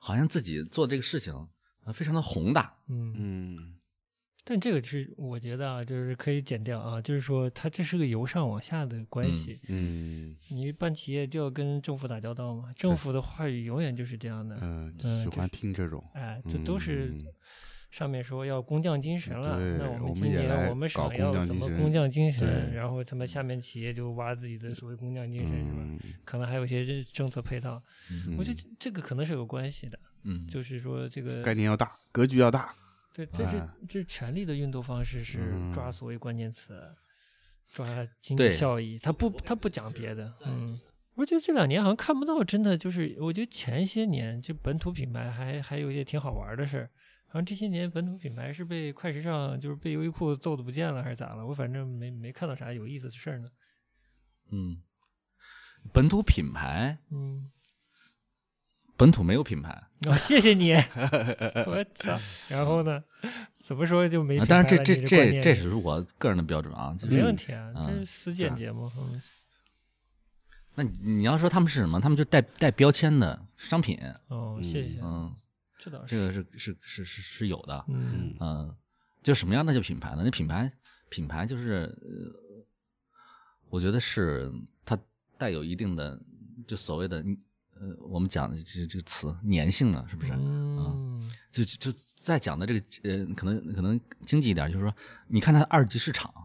C: 好像自己做这个事情呃非常的宏大，
B: 嗯，
A: 嗯
B: 但这个是我觉得啊，就是可以减掉啊，就是说它这是个由上往下的关系。
A: 嗯
B: 你办企业就要跟政府打交道嘛，政府的话语永远就是这样的，
A: 嗯，
B: 嗯
A: 喜欢听这种，
B: 哎，这都是
A: 嗯
B: 上面说要工匠精神了，
A: 对
B: 那我
A: 我们
B: 今
A: 也来
B: 年我们
A: 搞
B: 省
A: 工
B: 要
A: 匠
B: 怎
A: 精
B: 么
A: 神
B: 工匠精神，
A: 对
B: 然后他们下面企业就挖自己的所谓工匠精神是吧？
A: 嗯，
B: 可能还有一些政政策配套，
A: 嗯
B: 我觉得这这个可能是有关系的，
C: 嗯，
B: 就是说这个
A: 概念要大，格局要大，
B: 对，这是
A: 哎
B: 这是权力的运动方式，是抓
A: 嗯
B: 所谓关键词，抓经济
C: 对
B: 效益，他不他不讲别的，嗯。我觉得这两年好像看不到，真的就是，我觉得前些年就本土品牌还还有一些挺好玩的事儿，好像这些年本土品牌是被快时尚就是被优衣库揍的不见了还是咋了？我反正没没看到啥有意思的事儿呢。
C: 嗯，本土品牌，
B: 嗯，
C: 本土没有品牌，啊
B: 哦，谢谢
C: (laughs)
B: 你，我操！然后呢，怎么说就没品牌
C: 啊呃当
B: 了？
C: 然这这
B: 你观
C: 这
B: 念
C: 这只是我个人的标准啊，就是
B: 没问题啊，
C: 嗯
B: 这是私见节目。嗯
C: 那你你要说他们是什么，他们就是带带标签的商品，
B: 哦，谢谢，
C: 嗯，
B: 这倒
C: 这
B: 是，
C: 个是是是是是有的，
B: 嗯
C: 嗯，就什么样那就品牌呢？那品牌品牌就是，呃我觉得是它带有一定的就所谓的呃，我们讲的这这个词粘性了，是不是？啊
B: 嗯
C: 就就就再讲的这个呃，可能可能经济一点，就是说，你看它二级市场，啊、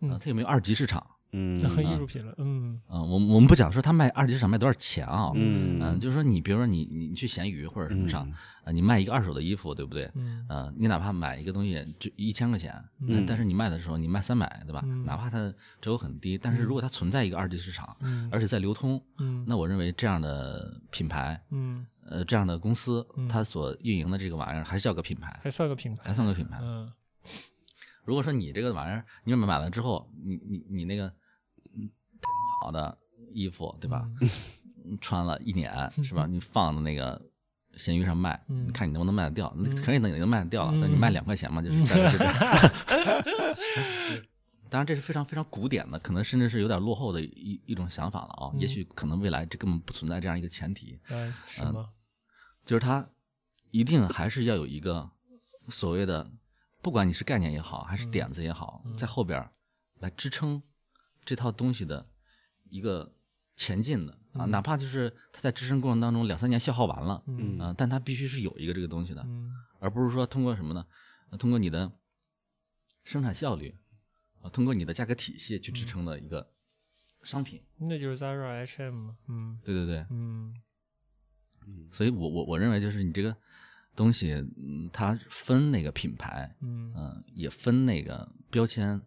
B: 嗯
C: 它有没有二级市场？
A: 嗯
B: (laughs) 这很艺术品了，嗯
C: 啊、我们我们不讲说它卖二级市场卖多少钱啊，
A: 嗯
C: 嗯、就是说你比如说你你你去闲鱼或者什么上，啊、你卖一个二手的衣服，对不对？
B: 嗯
C: 呃，你哪怕买一个东西就一千块钱，
B: 嗯
C: 但是你卖的时候你卖三百，对吧？
B: 嗯
C: 哪怕它折扣很低，但是如果它存在一个二级市场，
B: 嗯，
C: 而且在流通，
B: 嗯
C: 那我认为这样的品牌，
B: 嗯
C: 呃，这样的公司
B: 嗯，
C: 它所运营的这个玩意儿还是叫个品牌，
B: 还算个品牌
C: 还，算个品牌。
B: 嗯
C: 如果说你这个玩意儿，你买了之后，你你你那个嗯好的衣服，对吧？嗯穿了一年是吧？你放到那个闲鱼上卖，
B: 嗯
C: 你看你能不能卖得掉？那
B: 嗯
C: 肯定能能卖得掉了，
B: 嗯
C: 但你卖两块钱嘛，就是大概是
B: (laughs)
C: 这样。当然，这是非常非常古典的，可能甚至是有点落后的一一种想法了啊。
B: 嗯
C: 也许可能未来这根本不存在这样一个前提，
B: 哎什
C: 嗯
B: 么？
C: 就是它一定还是要有一个所谓的，不管你是概念也好，还
B: 嗯
C: 是点子也好，在后边儿来支撑这套东西的一个前进的啊，哪怕就是它在支撑过程当中两三年消耗完了，
B: 嗯
C: 啊，但它必须是有一个这个东西的，
B: 嗯
C: 而不是说通过什么呢？呃通过你的生产效率啊，通过你的价格体系
B: 嗯
C: 去支撑的一个商品。
B: 那就是 Zara HM 嘛，嗯
C: 对对对，
B: 嗯
C: 所以我我我认为就是你这个东西，嗯，它分那个品牌，
B: 嗯
C: 嗯，也分那个标签、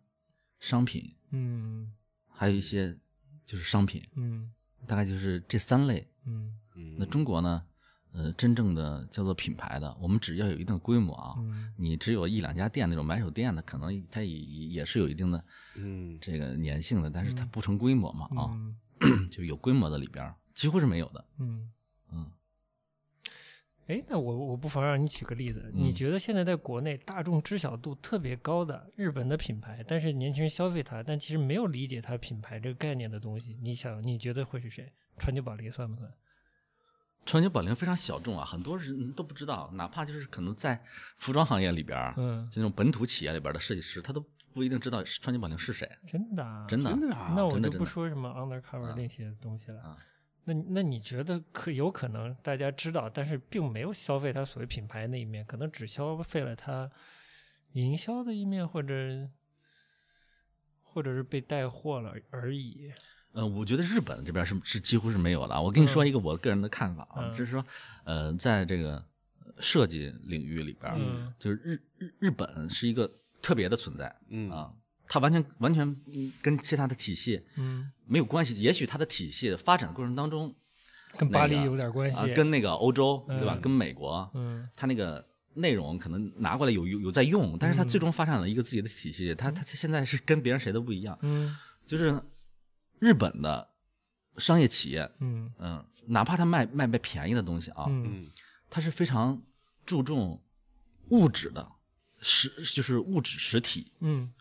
C: 商品，
B: 嗯
C: 还有一些就是商品，
B: 嗯
C: 大概就是这三类。
B: 嗯
C: 那中国呢，呃，真正的叫做品牌的，我们只要有一定规模啊，
B: 嗯
C: 你只有一两家店那种买手店的，可能它也也是有一定的
A: 嗯
C: 这个粘性的，但是它
B: 嗯
C: 不成规模嘛啊，
B: 嗯
C: (clears throat) 就有规模的里边儿几乎是没有的。
B: 嗯。
C: 嗯，
B: 哎，那我我不妨让你举个例子，你
C: 嗯
B: 觉得现在在国内大众知晓度特别高的日本的品牌，但是年轻人消费它，但其实没有理解它品牌这个概念的东西，你想你觉得会是谁？川久保玲算不算？
C: 川久保玲非常小众啊，很多人都不知道，哪怕就是可能在服装行业里边儿，
B: 嗯，
C: 这种本土企业里边儿的设计师，他都不一定知道川久保玲是谁，
B: 真的、啊，
C: 真的。
A: 真的啊，
B: 那我
C: 真的
B: 就
C: 真
B: 不
C: 的
B: 说什么 undercover
C: 啊
B: 那些东西了。
C: 啊
B: 那那你觉得可有可能大家知道，但是并没有消费它所谓品牌那一面，可能只消费了它营销的一面，或者或者是被带货了而已。
C: 呃，我觉得日本这边是是几乎是没有的啊。我跟你说一个我个人的看法啊，
B: 嗯
C: 就是说，呃，在这个设计领域里边儿，
B: 嗯
C: 就是日日日本是一个特别的存在
A: 嗯
C: 啊，它完全完全嗯跟其他的体系
B: 嗯，
C: 没有关系。也许它的体系发展过程当中，
B: 跟巴黎
C: 那个
B: 有点关系，
C: 啊，跟那个欧洲对吧
B: 嗯，
C: 跟美国，
B: 嗯
C: 它那个内容可能拿过来有有有在用，但是它最终发展了一个自己的体系，它它它现在是跟别人谁都不一样，
B: 嗯
C: 就是日本的商业企业，
B: 嗯
C: 嗯，哪怕它卖卖卖便宜的东西啊，
B: 嗯
A: 嗯
C: 它是非常注重物质的实，就是物质实体，
B: 嗯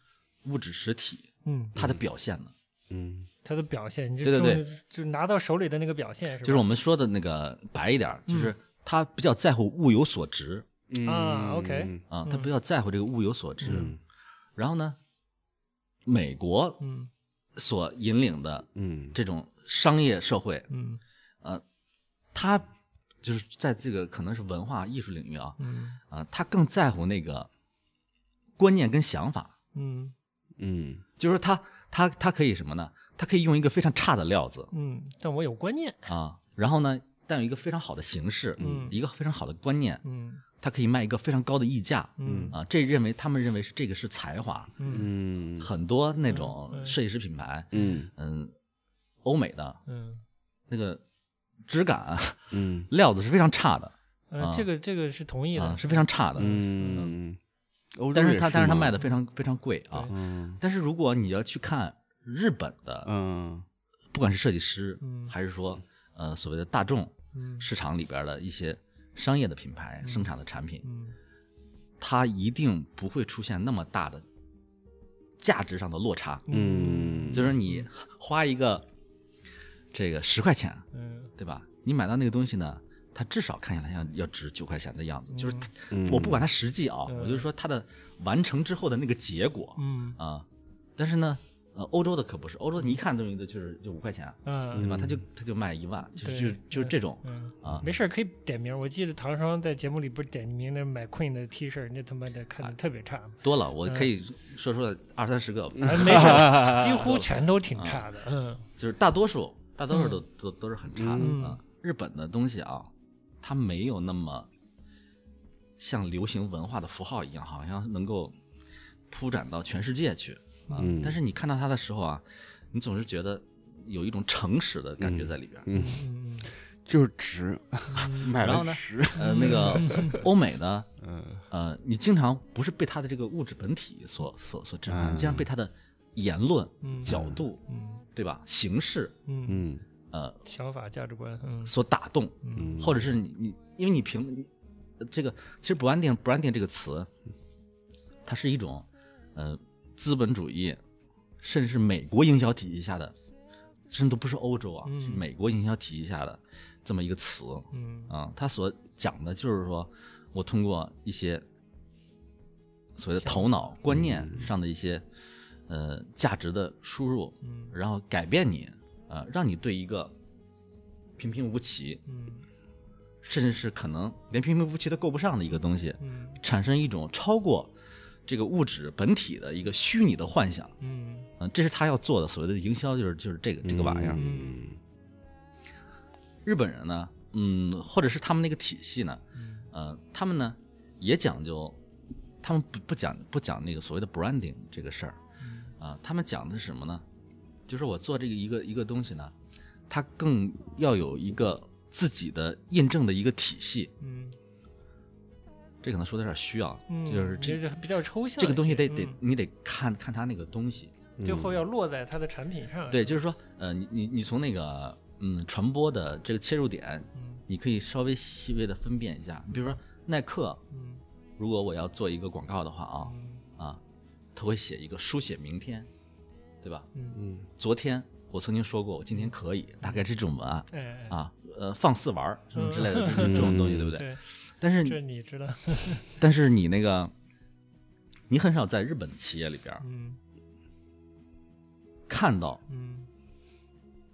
C: 物质实体
B: 嗯，
C: 它的表现呢？
A: 嗯
B: 他的表现，你这
C: 对对对
B: 终于，就拿到手里的那个表现是吧？
C: 就是我们说的那个白一点儿，就是他比较在乎物有所值
A: 嗯
B: 啊，OK
A: 嗯
C: 啊，他比较在乎这个物有所值。然后呢，美国
B: 嗯
C: 所引领的
A: 嗯
C: 这种商业社会，
B: 嗯
C: 它就是在这个可能是文化艺术领域啊，
B: 嗯
C: 啊，它更在乎那个观念跟想法，
B: 嗯
A: 嗯
C: 就是它它它可以什么呢？它可以用一个非常差的料子
B: 嗯，但我有观念，
C: 啊，然后呢，但有一个非常好的形式，
B: 嗯
C: 一个非常好的观念，
B: 嗯
C: 它可以卖一个非常高的溢价，
B: 嗯
C: 啊，这认为他们认为是这个是才华，
B: 嗯
A: 嗯
C: 很多那种
B: 嗯嗯
C: 设计师品牌，
A: 嗯
C: 嗯，欧美的
B: 嗯，
C: 那个质感啊
A: 嗯
C: 料子是非常差的
B: 呃，
C: 啊
B: 这个这个是同意
C: 啊，
B: 的，
C: 是非常差的，
A: 嗯，欧洲
C: 但
A: 也
C: 是
A: 是
C: 它但是它
A: 吗
C: 卖的非常非常贵啊。
B: 对
A: 嗯
C: 但是如果你要去看日本的，
A: 嗯
C: 不管是设计师
B: 嗯
C: 还是说呃所谓的大众
B: 嗯
C: 市场里边的一些商业的品牌生产的产品，
B: 嗯
C: 它一定不会出现那么大的价值上的落差。
A: 嗯
C: 就是你花一个这个十块钱，
B: 嗯
C: 对吧？你买到那个东西呢，它至少看起来像要值九块钱的样子。就是它
A: 嗯
C: 我不管它实际啊，
B: 嗯
C: 我就说它的完成之后的那个结果
B: 嗯
C: 啊。但是呢，呃，欧洲的可不是，欧洲你一看东西的就是就五块钱，对
B: 嗯
C: 吧？它就它就卖一万，就
B: 对
C: 就就是这种
B: 嗯。
C: 啊
B: 没。事儿，可以点名儿。我记得唐双在节目里不是点名那买 Queen 的 T 恤，那他妈的
C: 啊
B: 看的特
C: (laughs)
B: 别差嘛，
C: 多了，我可以
B: 嗯
C: 说说二三十个，
B: 啊没事儿，几乎全都挺差的。嗯
C: (laughs) 就是大多数大多数都都都是很差
B: 嗯
C: 的啊。日本的东西啊，它没有那么像流行文化的符号一样，好像能够铺展到全世界去啊。
A: 嗯
C: 但是你看到它的时候啊，你总是觉得有一种诚实的感觉在里
B: (laughs)
C: 边。
B: 嗯
A: 就是值， (laughs) 买
C: 嗯然
A: 了
C: 后呢
A: 值，
C: 呃，
B: (laughs)
C: 那个欧美呢，
A: 嗯
C: 呃，你经常不是被它的这个物质本体所所所震撼，
A: 嗯
C: 你经常被它的言论、
B: 嗯
C: 角度，
B: 嗯
C: 对吧？形式，
B: 嗯，
A: 嗯
C: 呃，
B: 想法价值观，嗯
C: 所打动，
B: 嗯
C: 或者是你你，因为你凭你呃这个，其实 branding branding 这个词，它是一种呃资本主义，甚至是美国营销体系下的，甚至都不是欧洲啊，
B: 嗯
C: 是美国营销体系下的这么一个词
B: 嗯
C: 啊、它所讲的就是说我通过一些所谓的头脑观念上的一些呃价值的输入，
B: 嗯
C: 然后改变你，呃，让你对一个平平无奇，
B: 嗯
C: 甚至是可能连平平无奇都够不上的一个东西，
B: 嗯
C: 产生一种超过这个物质本体的一个虚拟的幻想。
B: 嗯
C: 嗯、这是他要做的所谓的营销，就是就是这个这个玩意儿。
A: 嗯
C: 日本人呢，嗯，或者是他们那个体系呢，
B: 嗯
C: 呃，他们呢也讲究，他们不不讲不讲那个所谓的 branding 这个事儿
B: 嗯
C: 啊、他们讲的是什么呢？就是我做这个一个一个东西呢，它更要有一个自己的印证的一个体系。
B: 嗯，
C: 这可能说的有点虚啊，
B: 嗯
C: 就是这
B: 这比较抽象一些，
C: 这个东西得得
B: 嗯
C: 你得看看它那个东西。
B: 最后要落在它的产品上。
C: 对，，就是说，呃，你你你从那个嗯传播的这个切入点，
B: 嗯
C: 你可以稍微细微的分辨一下。你比如说耐克，
B: 嗯
C: 如果我要做一个广告的话啊
B: 嗯
C: 啊，他会写一个书写明天，对吧？
B: 嗯，
A: 嗯
C: 昨天我曾经说过，我今天可以，大概是这种文案
B: 哎哎，
C: 啊，呃，放肆玩儿什么之类的，就是
A: 嗯
C: 这种东西，对不对？
B: 对，
C: 但
B: 这
C: 是
B: 你知道，
C: 但是你那个，你很少在日本企业里边儿
B: 嗯
C: 看到、
B: 嗯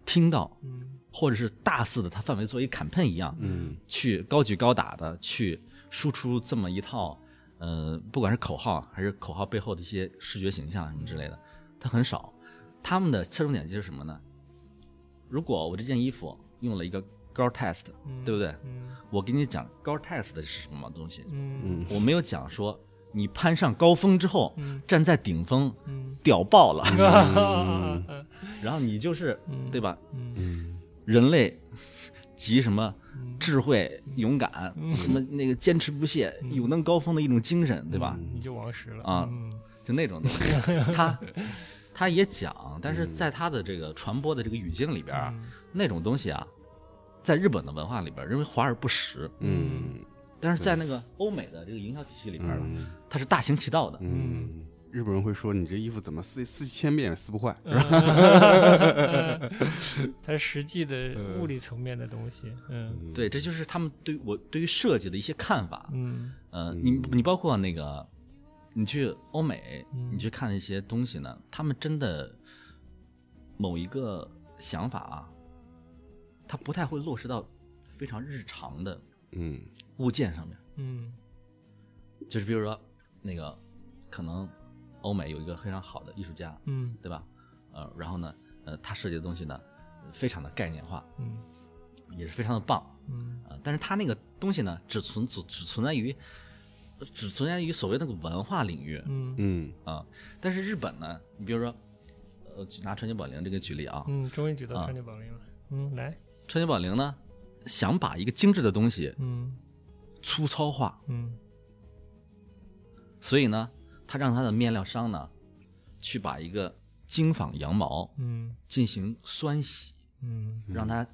C: 听到
B: 嗯
C: 或者是大肆的它范围作为 campaign 一样，
A: 嗯
C: 去高举高打的去输出这么一套，呃，不管是口号还是口号背后的一些视觉形象什么之类的，它很少。他们的侧重点就是什么呢？如果我这件衣服用了一个高 test，
B: 嗯
C: 对不对？
B: 嗯
C: 我给你讲高 test 是什么东西，
B: 嗯
C: 我没有讲说你攀上高峰之后，
B: 嗯
C: 站在顶峰
B: 嗯
C: 屌爆了，
B: 嗯
C: 然后你就是
B: 嗯
C: 对吧？
B: 嗯
A: 嗯
C: 人类集什么
B: 嗯，
C: 智慧、勇敢，什么那个坚持不懈、
B: 嗯
C: 有能高峰的一种精神，对吧？
B: 你就王石了
C: 啊
B: 嗯
C: 就那种东西，他他也讲，但是
A: 嗯
C: 在他的这个传播的这个语境里边
B: 嗯
C: 啊，那种东西啊，在日本的文化里边，认为华而不实，
A: 嗯
C: 但是在那个欧美的这个营销体系里边呢，
A: 嗯
C: 它是大行其道的，
A: 嗯日本人会说你这衣服怎么撕撕千遍也撕不坏，
B: 嗯它实际的
C: 呃
B: 物理层面的东西，嗯
C: 对，这就是他们对我对于设计的一些看法。
B: 嗯
C: 呃，你你包括那个，你去欧美，
B: 嗯
C: 你去看一些东西呢，他们真的某一个想法啊，他不太会落实到非常日常的
A: 嗯
C: 物件上面。
B: 嗯
C: 就是比如说那个，可能欧美有一个非常好的艺术家，
B: 嗯
C: 对吧？呃，然后呢，呃，他设计的东西呢，呃非常的概念化，
B: 嗯
C: 也是非常的棒
B: 嗯
C: 啊、呃但是他那个东西呢，只存只只存在于，呃只存在于所谓那个文化领域
B: 嗯
A: 嗯
C: 啊、但是日本呢，你比如说，呃，就拿川久保玲这个举例啊，
B: 嗯，终于举到
C: 啊
B: 川久保玲了，嗯，来，
C: 川久保玲呢，想把一个精致的东西
B: 嗯
C: 粗糙化，
B: 嗯
C: 所以呢，他让他的面料商呢，去把一个精纺羊毛
B: 嗯
C: 进行酸洗，
B: 嗯
C: 让它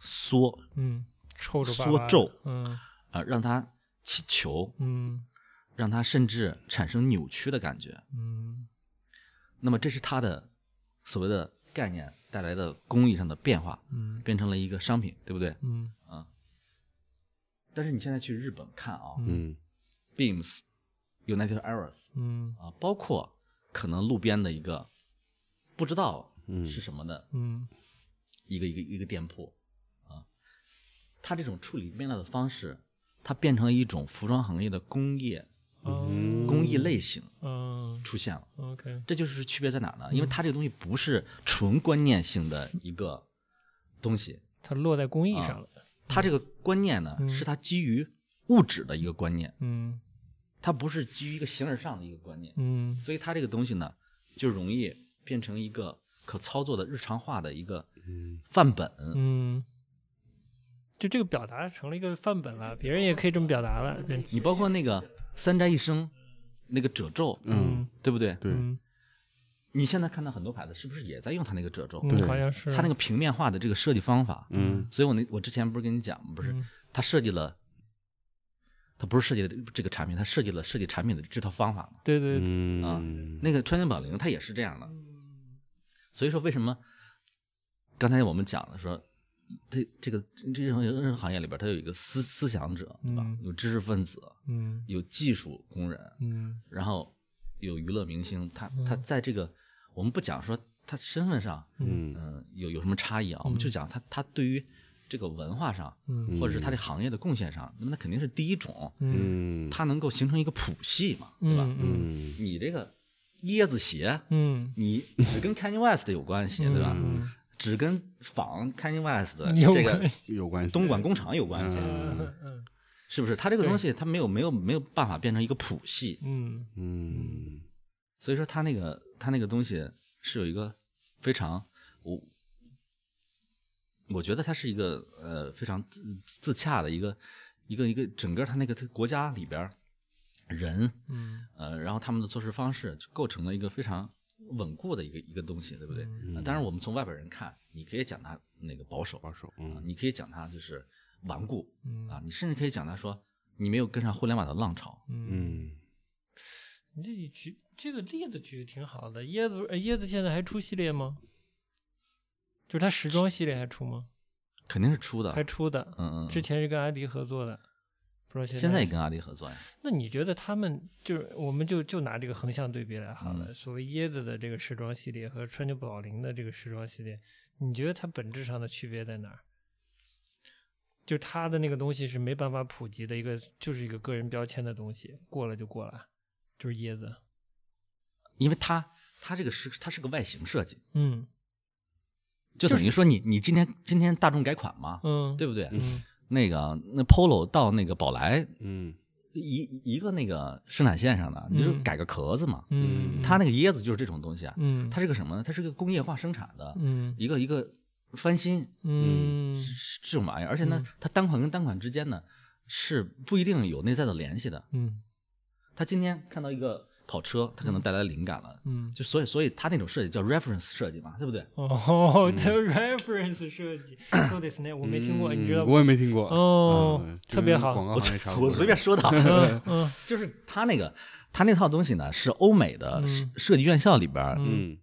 C: 缩
B: 嗯，抽着巴
C: 缩
B: 巴的
C: 皱，
B: 嗯
C: 啊、让它起球，
B: 嗯
C: 让它甚至产生扭曲的感觉。
B: 嗯
C: 那么这是它的所谓的概念带来的工艺上的变化，
B: 嗯
C: 变成了一个商品，对不对？
B: 嗯
C: 但是你现在去日本看啊、
B: 嗯
A: 嗯
C: b e a m s United Errors
B: 嗯
C: 啊、包括可能路边的一个不知道是什么的
B: 嗯
C: 一个一个一个店铺啊，它这种处理面料的方式，它变成一种服装行业的工业
B: 嗯
C: 工艺类型
B: 嗯
C: 出现了。
B: ，OK，
C: 这就是区别在哪儿呢？因为它这个东西不是纯观念性的一个东西，
B: 它落在工艺
C: 啊
B: 上了，
C: 它这个观念呢、
B: 嗯
C: 是它基于物质的一个观念，
B: 嗯
C: 它不是基于一个形而上的一个观念，
B: 嗯
C: 所以它这个东西呢就容易变成一个可操作的日常化的一个范本。
B: 嗯。就这个表达成了一个范本了，别人也可以这么表达了。对
C: 你包括那个三宅一生那个褶皱，
A: 嗯，
C: 对不对？
A: 对
B: 嗯，
C: 你现在看到很多牌子是不是也在用它那个褶皱？
B: 嗯
A: 对
B: 好像是
C: 它那个平面化的这个设计方法，
A: 嗯
C: 所以我那我之前不是跟你讲，不是
B: 嗯
C: 他设计了，他不是设计的这个产品，他设计了设计产品的这套方法嘛。
B: 对对，对
A: 嗯
C: 啊那个川久保玲他也是这样的，所以说为什么刚才我们讲的说，这这个这任何任何行业里边，他有一个思思想者，对吧？
B: 嗯
C: 有知识分子，
B: 嗯
C: 有技术工人，
B: 嗯
C: 然后有娱乐明星，他他在这个我们不讲说他身份上，
A: 嗯
C: 嗯，有有什么差异啊？我们就讲他他对于这个文化上，
B: 嗯
C: 或者是他这行业的贡献上，那么那肯定是第一种，
B: 嗯
A: 嗯
C: 它能够形成一个谱系嘛，对吧？
B: 嗯
A: 嗯
C: 你这个椰子鞋，
B: 嗯 (laughs)
C: 你只跟 Kanye West 有关系，对吧？
B: 嗯
C: 只跟仿 Kanye West 的
B: 有
C: 这个
B: 关系
A: 嗯有关系，
C: (laughs) 东莞工厂有关系，
A: 嗯
B: 嗯
C: 是不是？它这个东西它没有没有没有办法变成一个谱系，
B: 嗯
A: 嗯
C: 所以说它那个它那个东西是有一个非常我我觉得它是一个呃非常自自洽的一个一个一个整个它那个它国家里边儿人
B: 嗯
C: 呃，然后他们的做事方式就构成了一个非常稳固的一个一个东西，对不对？呃当然，我们从外边人看，你可以讲它那个保守，
A: 保守
C: 啊
A: 嗯
C: 你可以讲它就是顽固
B: 嗯
C: 啊，你甚至可以讲它说你没有跟上互联网的浪潮。
B: 嗯，
A: 嗯
B: 你这一举这个例子举的挺好的。椰子呃椰子现在还出系列吗？就是它时装系列还出吗？
C: 肯定是出的，
B: 还出的，
C: 嗯嗯，
B: 之前是跟阿迪合作的，不知道现
C: 现在也跟阿迪合作呀，
B: 那你觉得他们就是，我们就就拿这个横向对比来好了。所谓椰子的这个时装系列和川久保玲的这个时装系列，你觉得它本质上的区别在哪儿？就它的那个东西是没办法普及的一个，就是一个个人标签的东西，过了就过了，就是椰子。
C: 因为它它这个是它是个外形设计，
B: 嗯
C: 就等于说你你今天今天大众改款嘛，
B: 嗯，
C: 对不对？
B: 嗯
C: 那个那 Polo 到那个宝来
A: 嗯
C: 一一个那个生产线上的，你就
B: 嗯
C: 改个壳子嘛，
B: 嗯，
C: 它那个椰子就是这种东西啊，
B: 嗯
C: 它是个什么呢？它是个工业化生产的
B: 嗯
C: 一个一个翻新
B: 嗯
C: 是这种玩意儿，而且呢
B: 嗯，
C: 它单款跟单款之间呢是不一定有内在的联系的。
B: 嗯
C: 他今天看到一个跑车，他可能带来灵感了，
B: 嗯， (laughs)
C: 就所以所以他那种设计叫 reference 设计嘛，对不对？
B: 哦，这 reference 设 (laughs) 计，そうですね，我没听过，你知道
A: 我也没听过
B: 哦
A: 嗯
B: 特别
A: 这
B: 好
A: 跟广告行业差不多
C: (laughs) 我随便说的啊，
B: 嗯
C: 就是他那个他那套东西呢是欧美的
B: 嗯
C: 设设计院校里边儿，
B: 嗯
A: 嗯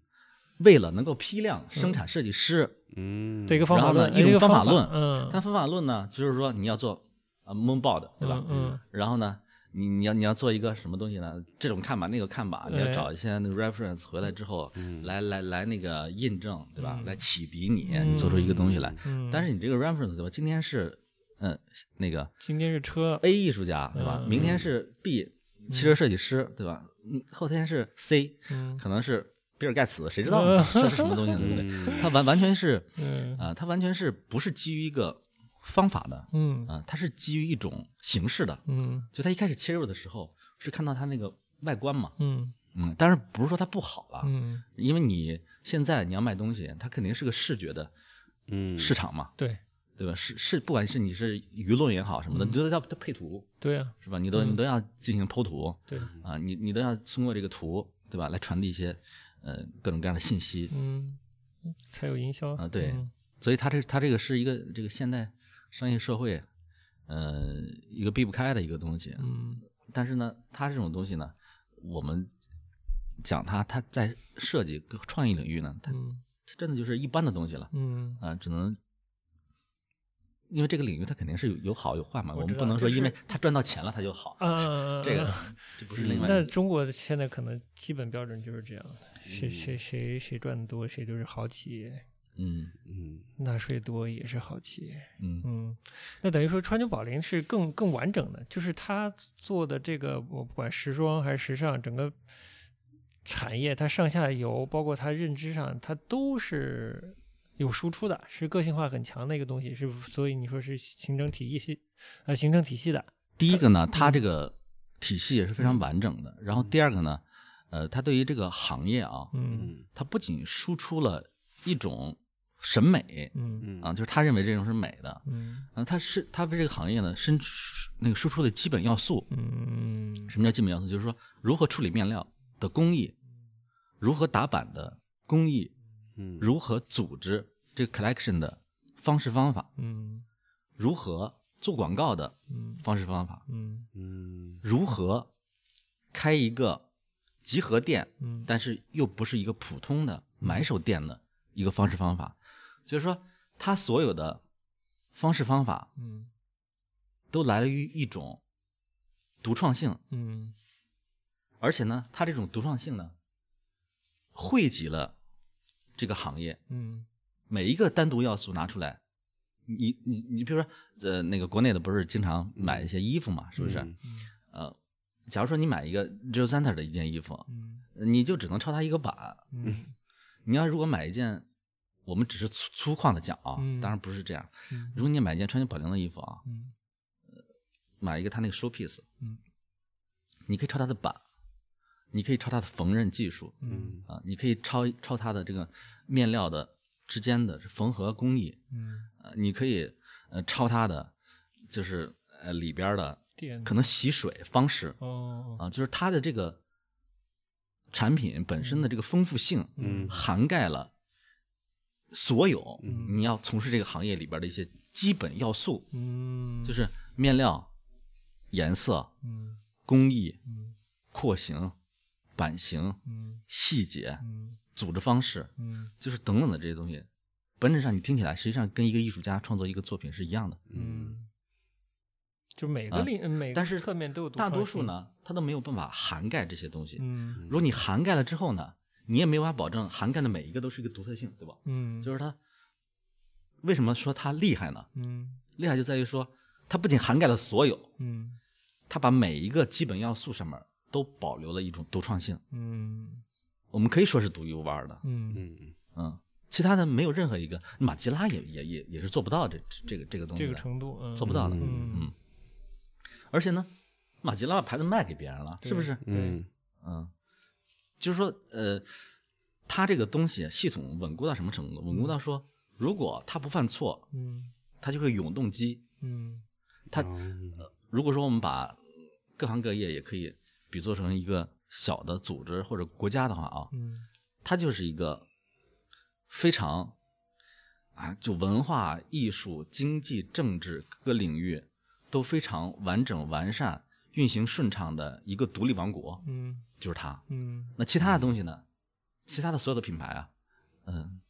C: 为了能够批量生产设计师，
A: 嗯，
B: 这个方
C: 然
B: 法
C: 后呢
B: 论，
C: 一
B: 哎这
C: 种
B: 个
C: 方
B: 法
C: 法论
B: 嗯，
C: 他方法论呢就是说你要做啊 moonboard 对吧？
B: 嗯
C: 然后呢，你你要你要做一个什么东西呢？这种看板那个看板，你要
B: 哎
C: 找一些那个 reference 回来之后，来来来那个印证，对吧？
B: 嗯
C: 来启迪你，
B: 嗯
C: 你做出一个东西来。
B: 嗯，
C: 但是你这个 reference 对吧？今天是嗯那个
B: 今天是车，
C: A 艺术家对吧？
B: 嗯
C: 明天是 B 汽车设计师对吧？嗯后天是 C，
B: 嗯
C: 可能是比尔盖茨，谁知道
B: 嗯 (laughs)
C: 呢这是什么东西呢，对不对？它完完全是
B: 嗯
C: 啊，它完全是不是基于一个方法的
B: 嗯
C: 啊？它是基于一种形式的。
B: 嗯
C: 就他一开始切入的时候是看到他那个外观嘛，
B: 嗯
C: 嗯，但是不是说它不好了，
B: 嗯，
C: 因为你现在你要卖东西，它肯定是个视觉的
A: 嗯
C: 市场嘛，
B: 对
C: 对吧？是是，不管是你是舆论也好什么的，
B: 嗯
C: 你都要它配图
B: 对啊，
C: 是吧？你都你都要进行剖图
B: 对，
C: 啊，你你都要通过这个图对吧来传递一些呃各种各样的信息，
B: 嗯，才有营销
C: 啊对
B: 嗯
C: 所以它这它这个是一个这个现代商业社会，呃，一个避不开的一个东西，
B: 嗯
C: 但是呢，它这种东西呢，我们讲它，它在设计跟创意领域呢，它
B: 嗯
C: 它真的就是一般的东西了 (laughs)
B: 嗯，
C: 啊、只能因为这个领域它肯定是有有好有坏嘛，
B: 我
C: 我们
B: 知道
C: 不能说
B: 就是
C: 因为它赚到钱了它就好，
B: 啊，
C: 这个
B: 啊
C: 这不是另外
B: 那
C: 一个。
B: 中国现在可能基本标准就是这样，谁谁谁谁赚的多，谁就是好企业，
C: 嗯
A: 嗯
B: 纳税多也是好企业。
C: 嗯
B: 嗯，那等于说川久保玲是更更完整的，就是他做的这个，我不管时装还是时尚，整个产业它上下游，包括它认知上，它都是有输出的，是个性化很强的一个东西，是所以你说是形成体系，呃，形成体系的，
C: 第一个呢，它这
B: 嗯
C: 个体系也是非常完整的。然后第二个呢，呃，它对于这个行业啊，
B: 嗯
A: 嗯
C: 它不仅输出了一种审美
B: 嗯
A: 嗯
C: 啊，就是他认为这种是美的，
B: 嗯
C: 啊，它是它为这个行业呢，伸出那个输出的基本要素。
B: 嗯
C: 什么叫基本要素？就是说如何处理面料的工艺，如何打版的工艺，
A: 嗯
C: 如何组织这个 collection 的方式方法，
B: 嗯
C: 如何做广告的
B: 嗯
C: 方式方法，
B: 嗯
A: 嗯
C: 如何开一个集合店，
B: 嗯
C: 但是又不是一个普通的买手店的一个方式方法。就是说，它所有的方式方法
B: 嗯
C: 都来源于一种独创性，
B: 嗯
C: 而且呢，它这种独创性呢，汇集了这个行业
B: 嗯
C: 每一个单独要素拿出来。你你你，比如说，呃，那个国内的不是经常买一些衣服嘛，是不是？
A: 嗯
C: 呃，假如说你买一个 Joe Center 的一件衣服，
B: 嗯
C: 你就只能抄它一个版。
B: 嗯
C: 你要如果买一件，我们只是粗粗犷的讲啊，
B: 嗯
C: 当然不是这样。
B: 嗯
C: 如果你买一件川久保玲的衣服啊，
B: 嗯
C: 买一个他那个 showpiece，
B: 嗯，
C: 你可以抄他的版，你可以抄他的缝纫技术
B: 嗯
C: 啊，你可以抄抄他的这个面料的之间的缝合工艺，
B: 嗯，
C: 啊，你可以呃抄他的就是呃里边的
B: 店
C: 可能洗水方式
B: 哦
C: 啊，就是它的这个产品本身的这个丰富性，
A: 嗯
C: 涵盖了所有
B: 嗯
C: 你要从事这个行业里边的一些基本要素，
B: 嗯，
C: 就是面料、颜色、
B: 嗯
C: 工艺、
B: 嗯
C: 廓形、版型、
B: 嗯
C: 细节、
B: 嗯
C: 组织方式，
B: 嗯
C: 就是等等的这些东西，本质上你听起来实际上跟一个艺术家创作一个作品是一样的。
B: 嗯，就每
C: 啊
B: 个领每个
C: 但是
B: 侧面都有独
C: 大多
B: 创
C: 数
B: 性，
C: 呢，它都没有办法涵盖这些东西。
B: 嗯
C: 如果你涵盖了之后呢，你也没法保证涵盖的每一个都是一个独特性，对吧？
B: 嗯，
C: 就是是它为什么说它厉害呢？
B: 嗯
C: 厉害就在于说，它不仅涵盖了所有，
B: 嗯
C: 它把每一个基本要素上面都保留了一种独创性。
B: 嗯
C: 我们可以说是独一无二的，
B: 嗯，
A: 嗯
C: 嗯，其他的没有任何一个马吉拉也也也也是做不到这这个这个东西
B: 这
C: 的，
B: 个程度嗯
C: 做不到的，
B: 嗯
C: 嗯。而且呢，马吉拉把牌子卖给别人了，是不是？
A: 嗯
C: 嗯，就是说，呃，它这个东西系统稳固到什么程度？稳固到说，如果它不犯错，
B: 嗯
C: 它就会永动机。
B: 嗯
C: 它
A: 嗯
C: 如果说我们把各行各业也可以比作成一个小的组织或者国家的话啊，
B: 嗯
C: 它就是一个非常啊，就文化、艺术、经济、政治各个领域都非常完整完善，运行顺畅的一个独立王国，
B: 嗯
C: 就是它。
B: 嗯
C: 那其他的东西呢？其他的所有的品牌啊，嗯，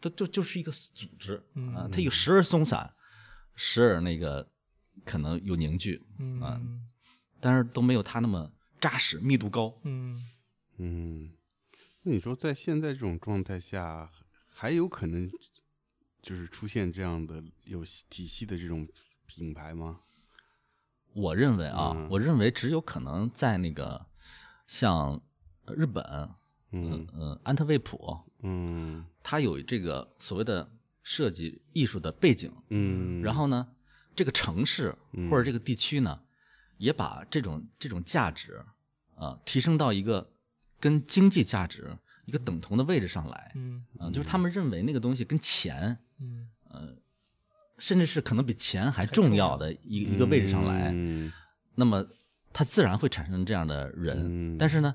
C: 它就就是一个组织
B: 嗯
C: 啊，它有时而松散，时而那个可能有凝聚，啊
B: 嗯
C: 但是都没有它那么扎实、密度高。
B: 嗯
A: 嗯，那你说在现在这种状态下，还有可能就是出现这样的有体系的这种品牌吗？
C: 我认为啊，
A: 嗯
C: 我认为只有可能在那个像呃日本，
A: 嗯
C: 嗯嗯，安特卫普，
A: 嗯
C: 它有这个所谓的设计艺术的背景，
A: 嗯，
C: 然后呢，这个城市
A: 嗯
C: 或者这个地区呢，也把这种这种价值啊、提升到一个跟经济价值一个等同的位置上来
B: 嗯
C: 啊、就是他们认为那个东西跟钱，
B: 嗯
C: 甚至是可能比钱还重要的一一个位置上来，
A: 嗯
C: 那么它自然会产生这样的人。
A: 嗯
C: 但是呢，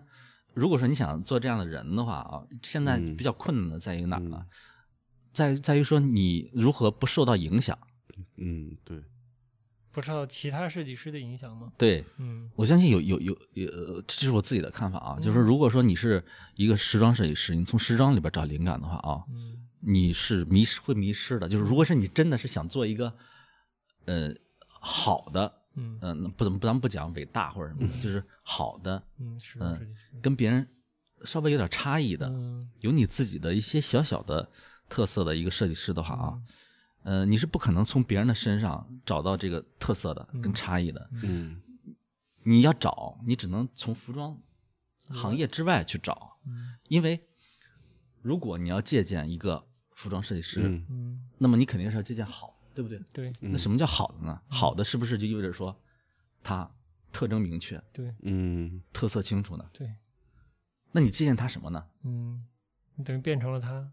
C: 如果说你想做这样的人的话啊，现在比较困难的在于哪儿呢？在在于说你如何不受到影响。
A: 嗯，对，
B: 不受其他设计师的影响吗？
C: 对，
B: 嗯
C: 我相信有有有有，呃这是我自己的看法啊，就是说如果说你是一个时装设计师，你从时装里边找灵感的话啊，
B: 嗯
C: 你是迷失会迷失的。就是如果是你真的是想做一个，呃，好的，
B: 嗯
C: 嗯、那不怎么不咱们不讲伟大或者什么的，就是好的，
B: 嗯，时装设计师
C: 跟别人稍微有点差异的，
B: 嗯
C: 有你自己的一些小小的特色的一个设计师的话啊，呃，你是不可能从别人的身上找到这个特色的跟
B: 嗯
C: 差异的。
A: 嗯
C: 你要找，你只能从服装行业之外去找，
B: 嗯
C: 因为如果你要借鉴一个服装设计师，
A: 嗯
B: 嗯
C: 那么你肯定是要借鉴好，对不对？
B: 对
A: 嗯
C: 那什么叫好的呢？好的是不是就意味着说它特征明确、
B: 对
A: 嗯
C: 特色清楚呢？
B: 对
C: 那你借鉴它什么呢？
B: 嗯，你等于变成了他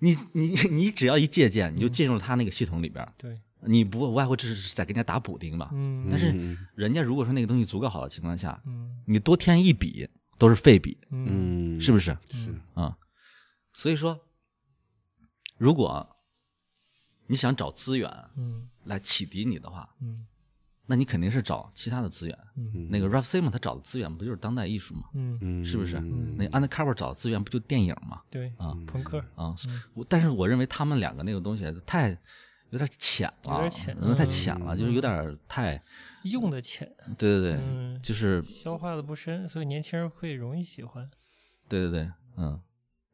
C: 你你 (laughs) 你只要一借鉴，你就进入了它那个系统里边儿，
B: 对
C: 你不无外乎只是在跟人家打补丁吧。
B: 嗯
C: 但是
A: 嗯
C: 人家如果说那个东西足够好的情况下，
B: 嗯
C: 你多添一笔都是废笔，
B: 嗯
A: 嗯，
C: 是不是？
A: 是？
C: 啊、所以说，如果你想找资源
B: 嗯
C: 来启迪你的话，
B: 嗯
C: 那你肯定是找其他的资源。
B: 嗯
C: 那个 Ralph Simon 他找的资源不就是当代艺术吗？
B: 嗯
A: 嗯，
C: 是不是
A: 嗯
C: 那 Undercover 找的资源不就电影吗？
B: 对
C: 啊
B: 嗯朋克
C: 啊、我但是我认为他们两个那个东西太有点浅了，
B: 有点浅
C: 嗯太浅了，
A: 嗯
C: 就是有点太，
B: 用的浅，
C: 对对对，
B: 嗯
C: 就是
B: 消化的不深，所以年轻人会容易喜
C: 嗯
B: 欢。
C: 对对对，嗯，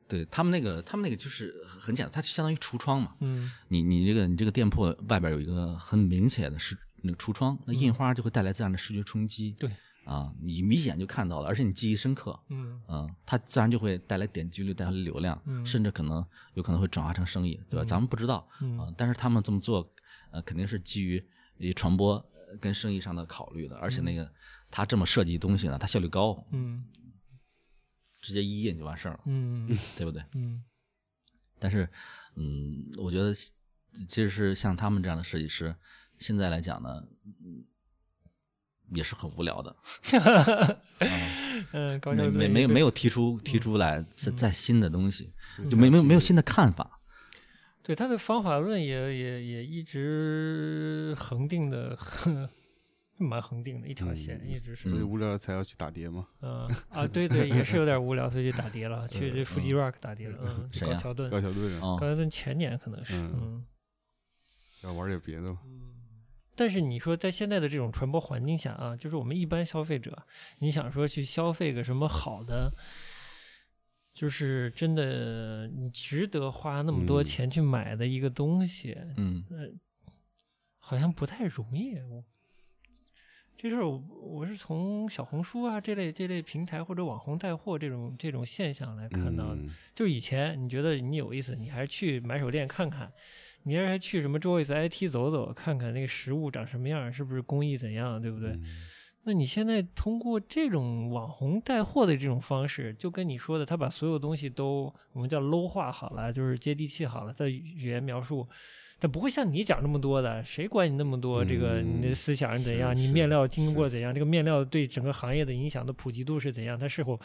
C: 对他们那个他们那个就是很很简单，它相当于橱窗嘛，
B: 嗯
C: 你你这个你这个店铺外边有一个很明显的视那个橱窗，那
B: 嗯
C: 印花就会带来这样的视觉冲击。
B: 对
C: 啊，你明显就看到了，而且你记忆深刻，
B: 嗯
C: 嗯，它自然就会带来点击率，带来流量，
B: 嗯
C: 甚至可能有可能会转化成生意，对吧？
B: 嗯
C: 咱们不知道
B: 嗯
C: 啊、但是他们这么做，呃，肯定是基于呃传播呃跟生意上的考虑的，而且那个他这么设计东西呢，它效率高，
B: 嗯
C: 直接一印就完事儿了，
B: 嗯
C: 对不对？
B: 嗯
C: 但是，嗯，我觉得其实是像他们这样的设计师，现在来讲呢，嗯也是很无聊的，
B: 嗯，高
C: 没
B: 桥
C: 没没有没有提出提出来再再新的东西，
A: 是
C: 就没没有
A: 这样
C: 没有新的看法。
B: 对他的方法论也也也一直恒定的， (laughs) 蛮恒定的一
C: 嗯
B: 条线，一直是
A: 所以无聊才要去打碟嘛。
C: (laughs)
B: 嗯啊，对对，也是有点无聊，所以就打碟了，去这腹肌 rock 打碟了，嗯，
C: 嗯 (laughs) 谁
B: 高
C: 呀
B: 桥盾，
A: 高
B: 高
A: 桥盾啊，
C: 啊、
B: 桥盾前年可能是，
A: 嗯
B: 嗯，
A: 要玩点别的嘛。
B: 但是你说在现在的这种传播环境下啊，就是我们一般消费者，你想说去消费个什么好的，就是真的你值得花那么多
A: 嗯
B: 钱去买的一个东西，
C: 嗯，
B: 好像不太容易。我这事儿我我是从小红书啊这类这类平台或者网红带货这种这种现象来看到的。
A: 嗯
B: 就是以前你觉得你有意思，你还是去买手店看看，你还是去什么 Joyce IT 走走，看看那个实物长什么样，是不是工艺怎样，对不对？那你现在通过这种网红带货的这种方式，就跟你说的，他把所有东西都我们叫 low 化好了，就是接地气好了，他语言描述。但不会像你讲那么多的，谁管你那么多？这个
A: 嗯
B: 你的思想是怎样？
A: 是
B: 你
A: 是
B: 面料经过
A: 是
B: 怎样？这个面料对整个行业的影响的普及度是怎样？它是否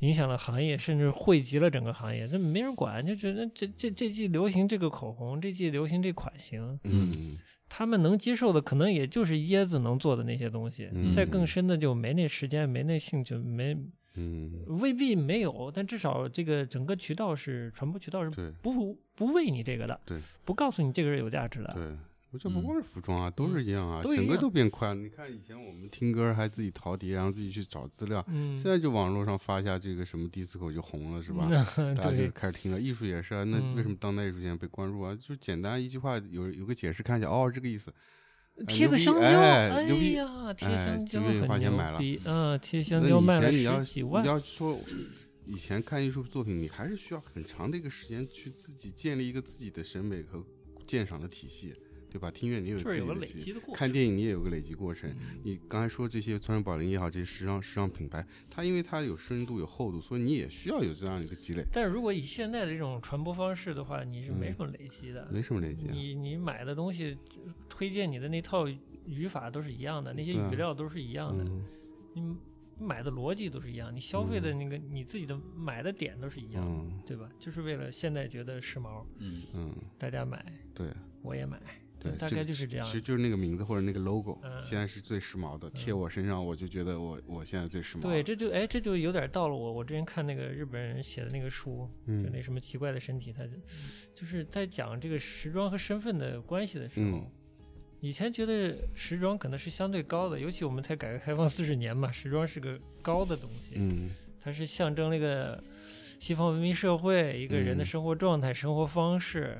B: 影响了行业，甚至汇集了整个行业？那没人管，就觉得这这这季流行这个口红，这季流行这款型，
A: 嗯
B: 他们能接受的可能也就是椰子能做的那些东西，
A: 嗯
B: 再更深的就没那时间、没那兴趣、没
A: 嗯，
B: 未必没有，但至少这个整个渠道是传播渠道
A: 对
B: 是不不为你这个的，
A: 对
B: 不告诉你这个是有价值的，
A: 对。我这不光是服装啊，都是一样啊，
B: 都一
A: 整个
B: 样
A: 都变宽。你看以前我们听歌还自己淘碟，然后自己去找资料，
B: 嗯，
A: 现在就网络上发一下这个什么 disco 就红了，是
B: (laughs)
A: 吧？
B: 嗯？
A: 大家就
B: 对，
A: 开始听了。艺术也是啊，那
B: 嗯
A: 为什么当代艺术现在被关注啊？就简单一句话，有有个解释，看一下哦，这个意思。哎
B: 贴
A: 牛
B: 个
A: 逼
B: 香蕉，
A: 哎
B: 哎
A: 牛逼
B: 呀，
A: 哎
B: 贴香
A: 就
B: 蕉
A: 愿意花钱
B: 很牛
A: 买了
B: 逼，嗯，贴
A: 那
B: 香蕉卖了
A: 以前你要
B: 十几万
A: 你，要说以前看艺术作品，你还是需要很长的一个时间去自己建立一个自己的审美和鉴赏的体系，对吧？听乐你有
B: 就
A: 自
B: 是
A: 己
B: 有个
A: 的
B: 累
A: 体系
B: 积的过
A: 看
B: 程。
A: 电影你也有个累积过程。
B: 嗯
A: 你刚才说这些川宝林也好，这些时尚时尚品牌，它因为它有深度有厚度，所以你也需要有这样一个积累，
B: 但是如果以现在的这种传播方式的话，你是没
A: 嗯
B: 什么累积的。
A: 没什么累积、啊。
B: 你你买的东西，推荐你的那套语法都是一样的，那些
A: 对啊
B: 语料都是一样的，
A: 嗯
B: 你买的逻辑都是一样，你消费的那个、你自己的买的点都是一样的，
A: 嗯
B: 对吧？就是为了现在觉得时髦，
C: 嗯，
A: 嗯，
B: 大家买，
A: 对
B: 我也买，
A: 对，
B: 大
A: 这
B: 概
A: 个
B: 就是这样
A: 其实就是那个名字或者那个 logo，、
B: 嗯
A: 现在是最时髦的，贴我身上我就觉得我我现在最时髦。啊
B: 对，，这就哎，这就有点到了我我之前看那个日本人写的那个书，就
A: 嗯
B: 那什么奇怪的身体，他就就是在讲这个时装和身份的关系的时候。
A: 嗯
B: 以前觉得时装可能是相对高的，尤其我们才改革开放四十年嘛，时装是个高的东西，
A: 嗯
B: 它是象征了一个西方文明社会一个人的
A: 嗯
B: 生活状态、生活方式，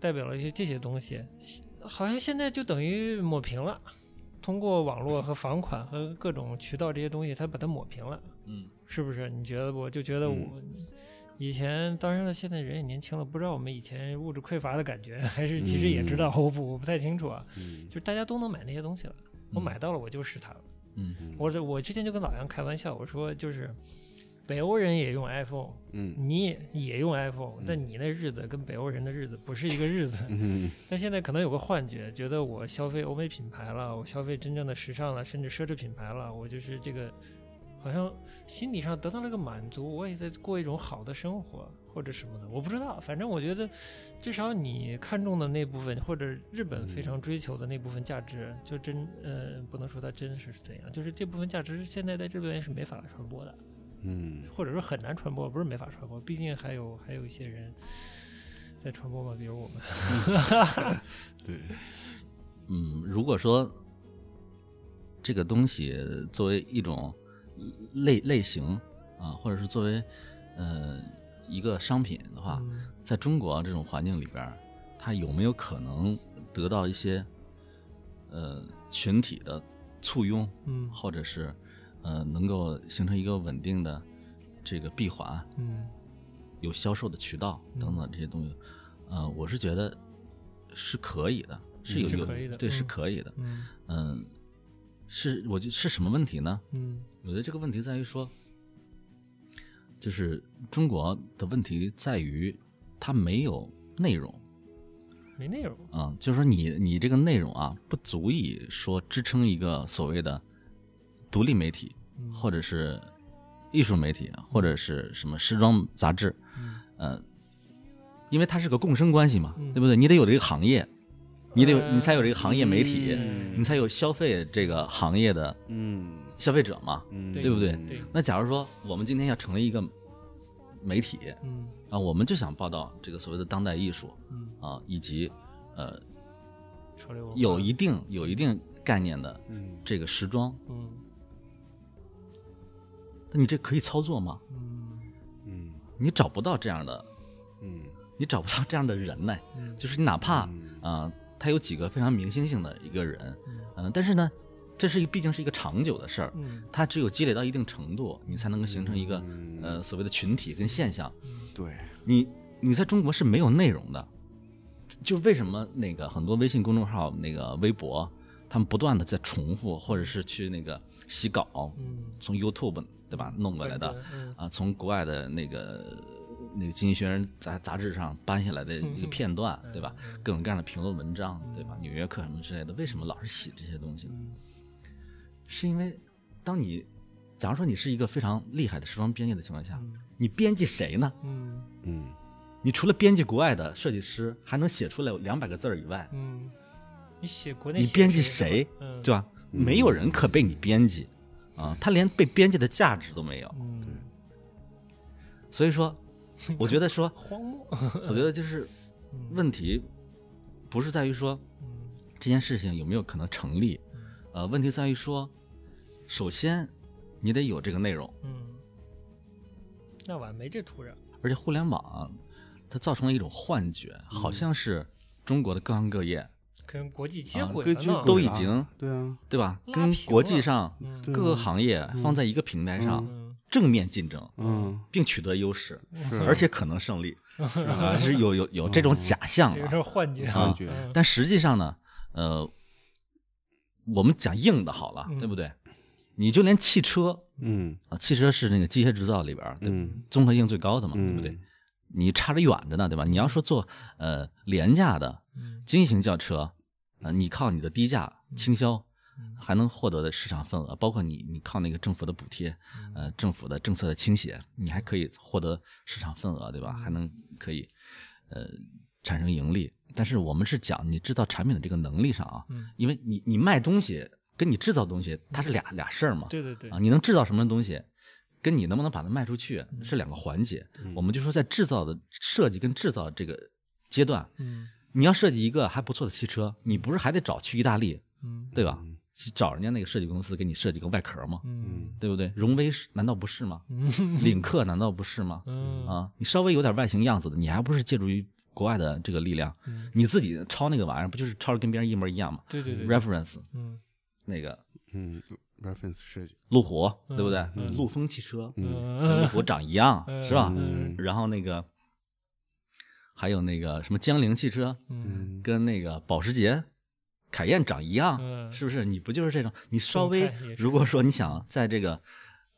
B: 代表了一些这些东西。好像现在就等于抹平了，通过网络和房款和各种渠道这些东西，它把它抹平了，
C: 嗯，
B: 是不是？你觉得不？我就觉得我。以前当然了，现在人也年轻了，不知道我们以前物质匮乏的感觉，还是其实也知道，我不我不太清楚啊。
A: 嗯
B: 就是大家都能买那些东西了，我买到了我就是它了。
C: 嗯
A: 嗯
B: 我这我之前就跟老杨开玩笑，我说就是北欧人也用 iPhone，
A: 嗯
B: 你也也用 iPhone，但你那日子跟北欧人的日子不是一个日子。
A: 嗯
B: 但现在可能有个幻觉，觉得我消费欧美品牌了，我消费真正的时尚了，甚至奢侈品牌了，我就是这个，好像心理上得到了一个满足，我也在过一种好的生活或者什么的，我不知道。反正我觉得，至少你看重的那部分，或者日本非常追求的那部分价值，就真呃，不能说它真是怎样，就是这部分价值现在在这边是没法传播的。
A: 嗯
B: 或者说很难传播，不是没法传播，毕竟还有还有一些人在传播嘛，比如我们。 (laughs)
A: 对，
C: 嗯，如果说这个东西作为一种类类型啊，或者是作为呃一个商品的话，
B: 嗯
C: 在中国这种环境里边儿，它有没有可能得到一些呃群体的簇拥，
B: 嗯
C: 或者是呃能够形成一个稳定的这个闭环，
B: 嗯
C: 有销售的渠道等等这些东西，呃，我是觉得是可以的，是有
B: 是
C: 有
B: 可以的
C: 对，是
B: 嗯
C: 可以的，
B: 嗯
C: 嗯，是我觉得是什么问题呢？
B: 嗯
C: 我觉得这个问题在于说，就是中国的问题在于它没有内容
B: 没内容。
C: 啊、就是说你你这个内容啊，不足以说支撑一个所谓的独立媒体，
B: 嗯
C: 或者是艺术媒体，啊或者是什么时装杂志，
B: 嗯
C: 呃，因为它是个共生关系嘛，
B: 嗯
C: 对不对？你得有这个行业，你得有
A: 嗯
B: 呃
C: 你才有这个行业媒体，
B: 嗯
C: 你才有消费这个行业的
A: 嗯
C: 消费者嘛。
A: 嗯
B: 对
C: 对不对
B: 对，
C: 那假如说我们今天要成立一个媒体
B: 嗯
C: 啊，我们就想报道这个所谓的当代艺术
B: 嗯，
C: 啊，以及呃
B: 潮流文化
C: 有一定有一定概念的
A: 嗯
C: 这个时装，
B: 嗯
C: 那你这可以操作吗？
B: 嗯
A: 嗯
C: 你找不到这样的，
A: 嗯
C: 你找不到这样的人呢。
B: 嗯
C: 就是你哪怕啊
A: 嗯、
C: 他有几个非常明星性的一个人，嗯、但是呢，这是一毕竟是一个长久的事儿，
B: 嗯
C: 它只有积累到一定程度，你才能够形成一个、
A: 嗯
C: 呃所谓的群体跟现象。
A: 对，
C: 你你在中国是没有内容的，就为什么那个很多微信公众号、那个微博，他们不断的在重复，或者是去那个洗稿，
B: 嗯，
C: 从 YouTube 对吧弄过来的
B: 本，着，嗯
C: 啊，从国外的那个那个《经济学人》杂杂志上搬下来的一个
B: 嗯
C: 片段，对吧？各种各样的评论文章，对吧？《纽约客》什么之类的，为什么老是洗这些东西呢？
B: 嗯
C: 是因为当你假如说你是一个非常厉害的时装编辑的情况下
B: 嗯，
C: 你编辑谁呢？
B: 嗯
A: 嗯
C: 你除了编辑国外的设计师，还能写出来两百个字儿以外，
B: 嗯你写国内
C: 你
B: 写
C: 编辑
B: 谁
C: 谁
B: 是吧？嗯，
C: 对吧？
A: 嗯
C: 没有人可被你编辑啊，他连被编辑的价值都没有。
B: 嗯，
C: 所以说，我觉得说，
B: 荒漠。
C: 我觉得就是问题不是在于说
B: 嗯
C: 这件事情有没有可能成立，呃，问题在于说，首先你得有这个内容，
B: 嗯，那晚没这土壤。
C: 而且互联网啊它造成了一种幻觉，
B: 嗯
C: 好像是中国的各行各业
B: 跟国际接
C: 啊
B: 轨
A: 各
B: 了
A: 具
B: 呢。
C: 都已经
A: 对啊，
C: 对吧，
B: 拉
C: 跟
B: 平
C: 国
B: 了
C: 际上
B: 嗯
A: 对
C: 各个行业放在一个平台上
B: 嗯
C: 正面竞争，
A: 嗯，
C: 并取得优势，
A: 是，
C: 而
B: (laughs)
C: 且可能胜利，
B: 嗯
C: 啊，是有有有这种假象
B: 这有
C: 啊。
B: 点幻觉。
A: 幻觉
B: 嗯
C: 但实际上呢，呃，我们讲硬的好了，
B: 嗯
C: 对不对？你就连汽车
A: 嗯
C: 啊，汽车是那个机械制造里边儿对
A: 嗯
C: 综合性最高的嘛，对
A: 嗯，
C: 不对？？你差着远着呢，对吧？你要说做呃廉价的
B: 嗯
C: 经济型轿车，啊、你靠你的低价倾销
B: 嗯，
C: 还能获得的市场份额，包括你你靠那个政府的补贴，呃，政府的政策的倾斜，你还可以获得市场份额，对吧？
B: 嗯
C: 还能可以呃产生盈利。但是我们是讲你制造产品的这个能力上啊，
B: 嗯，
C: 因为你你卖东西跟你制造东西它是俩俩事儿嘛，
B: 对对对
C: 啊，，你能制造什么东西，跟你能不能把它卖出去
B: 嗯
C: 是两个环节。我们就说在制造的设计跟制造这个阶段，
B: 嗯
C: 你要设计一个还不错的汽车，你不是还得找去意大利，
B: 嗯
C: 对吧？去找人家那个设计公司给你设计个外壳吗？
B: 嗯
C: 对不对？荣威是难道不是吗？
B: 嗯
C: (laughs) 领克难道不是吗？
B: 嗯
C: 啊，你稍微有点外形样子的，你还不是借助于国外的这个力量？
B: 嗯，
C: 你自己抄那个玩意儿，不就是抄着跟别人一模一样吗
B: 对对对，
C: ？Reference
B: 嗯
C: 那个
A: 嗯，reference 设计，
C: 路虎，对不对？
B: 嗯
C: 陆风汽车，跟路
B: 嗯
C: 虎长一样， (laughs) 是吧？
B: 嗯
C: 然后那个还有那个什么江铃汽车，
B: 嗯
A: 嗯
C: 跟那个保时捷、凯宴长一样，
B: 嗯
C: 是不是？你不就是这种？你稍微
B: 动态也是
C: 如果说你想在这个，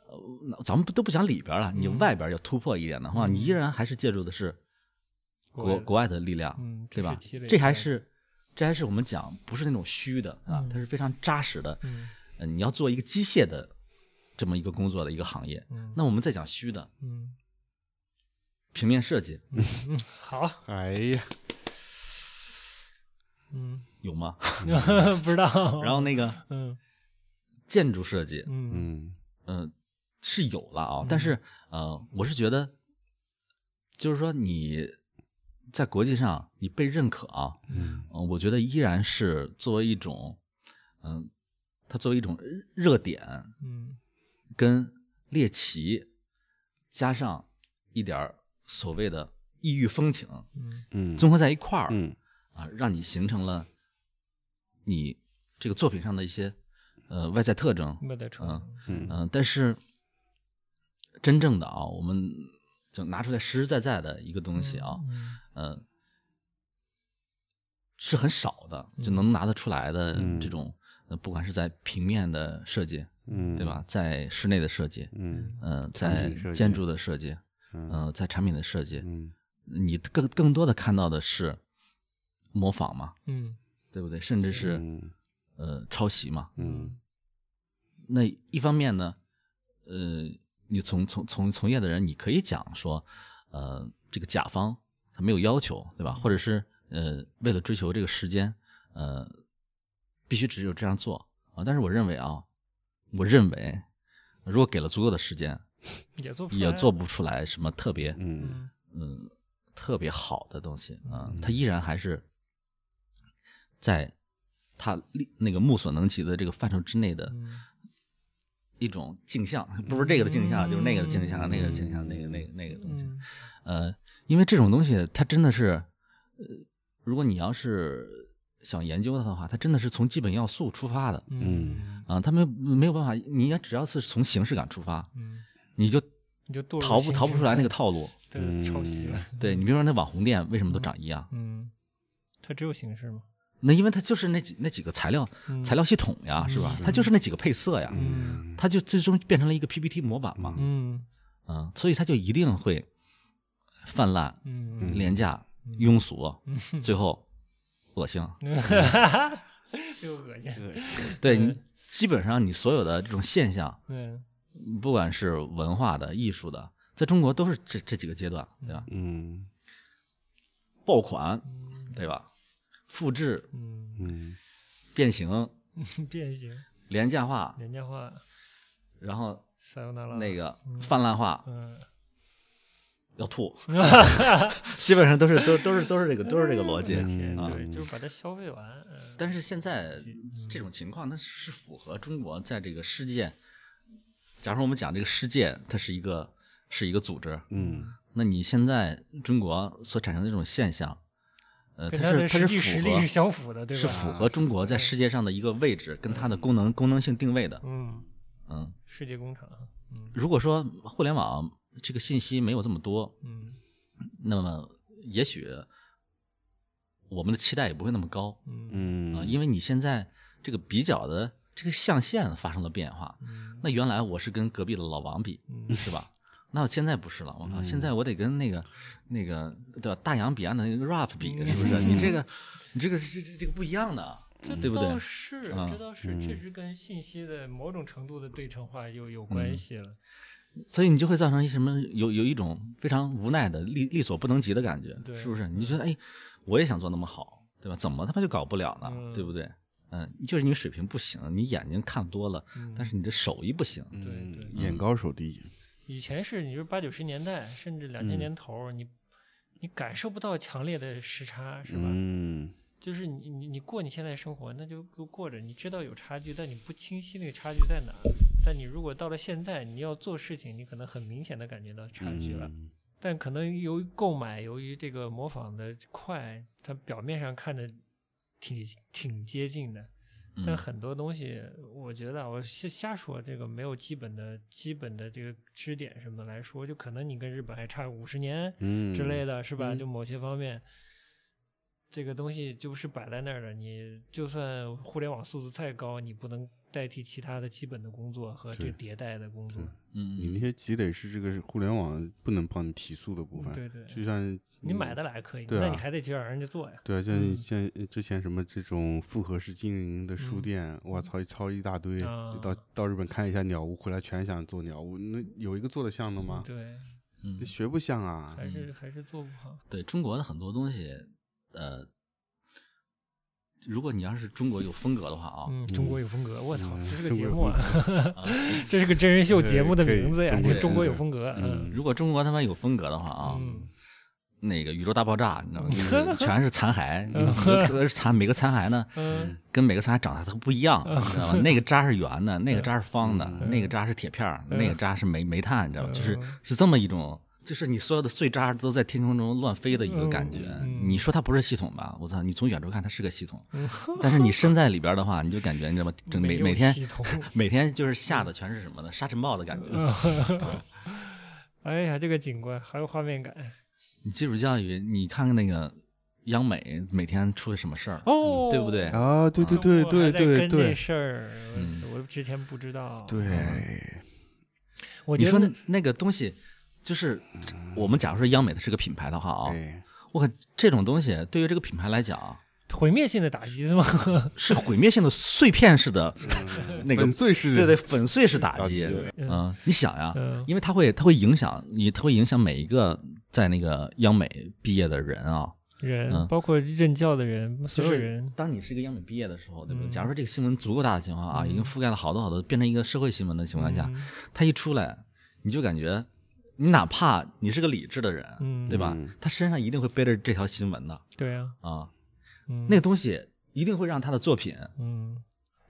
C: 呃，那咱们不都不讲里边了，你
B: 嗯
C: 外边要突破一点的话，你依然还是借助的是
B: 国
C: 国
B: 外
C: 国外的力量，
B: 嗯
C: 对吧
B: 知识积累？
C: 啊这还是这还是我们讲不是那种虚的啊，
B: 嗯
C: 它是非常扎实的。
B: 嗯
C: 呃你要做一个机械的这么一个工作的一个行业，
B: 嗯
C: 那我们再讲虚的
B: 嗯
C: 平面设计
B: 嗯，好，
A: 哎呀，
B: 嗯，
C: 有吗？
B: (laughs) 不知道。
C: 嗯然后那个
B: 嗯
C: 建筑设计，
B: 嗯
A: 嗯
C: 嗯，是有了啊，但是呃，我是觉得，就是说你在国际上你被认可啊，
A: 嗯
C: 呃我觉得依然是作为一种，嗯、它作为一种热点
B: 嗯
C: 跟猎奇，加上一点儿所谓的异域风情，
B: 嗯
A: 嗯，
C: 综合在一块儿，
A: 嗯
C: 啊，让你形成了你这个作品上的一些呃外在特征，
B: 没得穿。
A: 嗯
C: 嗯，但是真正的啊，我们就拿出来实实在在的一个东西啊，
A: 嗯
C: 呃，是很少的，就能拿得出来的这种，呃不管是在平面的设计，
A: 嗯，
C: 对？吧，在室内的设计，
A: 嗯
C: 嗯、
A: 产
C: 在
A: 品设计
C: 建筑的设计，
A: 嗯
C: 嗯，在产品的设计，
A: 嗯
C: 你更更多的看到的是模仿嘛，
B: 嗯
C: 对不对？甚至是、
A: 嗯
C: 呃抄袭嘛，
A: 嗯
C: 那一方面呢，呃，你从从从从业的人，你可以讲说，呃，这个甲方他没有要求，对吧？或者是呃，为了追求这个时间，呃，必须只有这样做啊。但是我认为啊，我认为如果给了足够的时间，
B: 嗯也做不出
C: 嗯也
B: 来啊
C: 做不出来什么特别
A: 嗯
B: 嗯
C: 嗯特别好的东西啊。他依然还是在他力那个目所能及的这个范畴之内的。
B: 嗯
C: 一种镜像， (laughs) 不是这个的镜像，
B: 嗯
C: 就是那个的镜像，那个的镜像，那个那个那个东西。
B: 嗯
C: 呃，因为这种东西它真的是，呃，如果你要是想研究它的话，它真的是从基本要素出发的
B: 嗯
C: 啊、它没有没有办法，你也只要是从形式感出发，
B: 嗯，
C: 你就
B: 你就堕入
C: 逃不
B: 形
C: 逃不
B: 式
C: 出来那
B: 上
C: 个套路。
B: 对抄袭了。
C: 嗯对你比如说那网红店为什么都长一样？
B: 嗯，它只有形式吗？
C: 那因为它就是那几那几个材料
B: 嗯
C: 材料系统呀，是吧？它就是那几个配色呀，
B: 嗯
C: 它就最终变成了一个 PPT 模板嘛。
B: 嗯
C: 嗯，所以它就一定会泛滥、
B: 嗯
C: 廉价、庸俗，
B: 嗯，
C: 最后恶心。
B: 又恶心。
C: 对你，基本上你所有的这种现象，
B: 嗯
C: 不管是文化的、艺术的，在中国都是这这几个阶段，对吧？
A: 嗯
C: 爆款，对吧？复制，
B: 嗯 (laughs)
A: 嗯
C: 变形、
B: 变形、
C: 廉价化，
B: 廉价化，
C: 然后
B: 撒由那拉
C: 那个泛滥化，
B: 嗯，
C: 要
B: (laughs)
C: 吐， (laughs) 基本上都是都都是都是这个都是这个逻辑
B: 天
C: 啊。
B: 嗯对，就是把它消费完。嗯
C: 但是现在这种情况，它是符合中国在这个世界。假如说我们讲这个世界，它是一个是一个组织，
A: 嗯
C: 那你现在中国所产生的这种现象，呃，
B: 跟
C: 它
B: 它
C: 是
B: 的
C: 它
B: 实
C: 是
B: 际
C: 符
B: 实力
C: 合
B: 是相符的，对吧？
C: 是符合中国在世界上的一个位置跟它的功能功能性定位的。
B: 嗯，
C: 嗯，
B: 世界工厂，嗯
C: 如果说互联网这个信息没有这么多，
B: 嗯
C: 那么也许我们的期待也不会那么高
B: 嗯
A: 嗯
C: 啊、因为你现在这个比较的这个象限发生了变化。
B: 嗯
C: 那原来我是跟隔壁的老王比，
B: 嗯
C: 是吧？那我现在不是了，我靠！
A: 嗯
C: 现在我得跟那个、那个对吧，大洋彼岸的那个 rap 比，是不是？你这个，你这个是这这个不一样的， (laughs) 对不对
B: 倒？是，
C: 啊
B: 这倒是，确实跟信息的某种程度的对称化有
C: 嗯
B: 有关系了。
C: 所以你就会造成一什么有有一种非常无奈的力力所不能及的感觉，
B: 对
C: 是不是？你就觉得哎，我也想做那么好，对吧？怎么他妈就搞不了呢？
B: 嗯
C: 对不对？嗯，就是你水平不行，你眼睛看多了，
B: 嗯
C: 但是你的手艺不行。
B: 对对
A: 嗯眼高手低，
B: 以前是你说八九十年代，甚至
C: 嗯
B: 两千年头儿，你你感受不到强烈的时差，是吧？
A: 嗯
B: 就是你你你过你现在生活，那就就过着，你知道有差距，但你不清晰那个差距在哪儿。但你如果到了现在，你要做事情，你可能很明显的感觉到差距了。
A: 嗯
B: 但可能由于购买，由于这个模仿的快，它表面上看着挺挺接近的，但
C: 嗯
B: 很多东西，我觉得啊我瞎瞎说，这个没有基本的基本的这个支点什么来说，就可能你跟日本还差五十年
A: 嗯
B: 之类的，是吧？就某些方面，这个东西就是摆在那儿的。你就算互联网素质再高，你不能代替其他的基本的工作和这
A: 对
B: 个迭代的工作。
A: 你
C: 嗯，
A: 那些积累是这个互联网不能帮你提速的部分，
B: 嗯对对
A: 就像
B: 你买得来可以，
A: 对啊
B: 那你还得去让人家做呀。
A: 对啊，像
B: 嗯
A: 像之前什么这种复合式经营的书
B: 嗯
A: 店，我操，超一大堆，
B: 啊
A: 到到日本看一下鸟屋，回来全想做鸟屋，那有一个做的像的吗？
B: 对，
C: 嗯
A: 学不像啊，
B: 还是还是做不好。
C: 对中国的很多东西，呃，如果你要是中国有风格的话啊，呃
B: 嗯，中国有风格，我操，
A: (laughs)
B: 这
A: 嗯
B: 是个
A: 中
B: 节
A: 国
B: 目
A: 有
B: 啊，这是个真人秀节目的
A: 可以
B: 名字呀，
A: 中
B: 就
A: 国
B: 是
A: 有
B: 中
A: 风
B: 国有
A: 格
B: 风格，嗯
C: 如果中国他妈有风格的话啊，
B: 嗯
C: 那个宇宙大爆炸，你知道吗？
B: (laughs)
C: 就是全是残骸，每个残每个残骸呢，
B: 嗯
C: 跟每个残骸长得都不一样，你知道吗？那个渣是圆
B: (laughs)
C: 的，
B: 嗯
C: 那个渣是方的，那个渣是铁片儿，那个渣是煤煤炭，你知道
B: 嗯
C: 吗？就是是这么一种。就是你所有的碎渣都在天空中乱飞的一个感觉，
B: 嗯
C: 你说它不是系统吧？我操！你从远处看它是个系统， (laughs) 但是你身在里边的话，你就感觉你知道吗？整每
B: 没有
C: 每天
B: 系统
C: 每天就是下的全是什么呢？沙尘暴的感觉。
B: 嗯哎呀，这个景观还有画面感
C: 你基础教育，你看看那个央美每天出了什么事儿，
B: 哦，
C: 嗯对不对？
A: 啊，对对对
B: 我还
A: 对
B: 在
A: 对
B: 跟这
A: 对
B: 事儿，
C: 嗯
B: 我我之前不知道。，
A: 对，哎
B: 我
C: 你
B: 觉
C: 说
B: 得
C: 那那个东西，就是我们假如说央美的是个品牌的话啊、
A: 哎，
C: 我靠，这种东西对于这个品牌来讲
B: 毁灭性的打击是
C: (laughs)
B: 吗？
C: 是毁灭性的碎片式的那个
A: 粉。碎式
C: 对对，粉碎式打
A: 打
C: 击
A: 击
C: 嗯，你想呀
B: 嗯，
C: 因为它会，它会影响你，它会影响每一个在那个央美毕业的人啊。
B: 人
C: 嗯
B: 包括任教的人，所
C: 就
B: 有
C: 是
B: 人，
C: 当你是一个央美毕业的时候，对不对？
B: 嗯
C: 假如说这个新闻足够大的情况啊，已经覆盖了好多好多，变成一个社会新闻的情况下，
B: 嗯
C: 他一出来，你就感觉，你哪怕你是个理智的人，
B: 嗯
C: 对吧
A: 嗯？
C: 他身上一定会背着这条新闻的
B: 对啊，
C: 啊，
B: 嗯
C: 那个东西一定会让他的作品
B: 嗯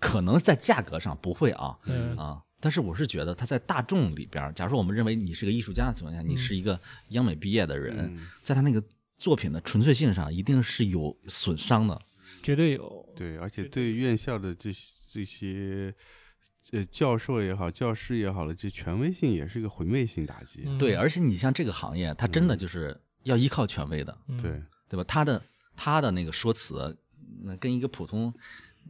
C: 可能在价格上不会啊
B: 嗯
C: 啊，但是我是觉得他在大众里边儿，假如说我们认为你是个艺术家的情况
B: 嗯
C: 下，你是一个央美毕业的人
A: 嗯，
C: 在他那个作品的纯粹性上一定是有损伤的。
B: 绝对有，
A: 对，而且对院校的这些这些呃教授也好，教师也好了，这权威性也是一个毁灭性打击。
B: 嗯
C: 对，而且你像这个行业，它真的就是要依靠权威的，
B: 嗯
A: 对，
C: 对吧？他的他的那个说辞，那跟一个普通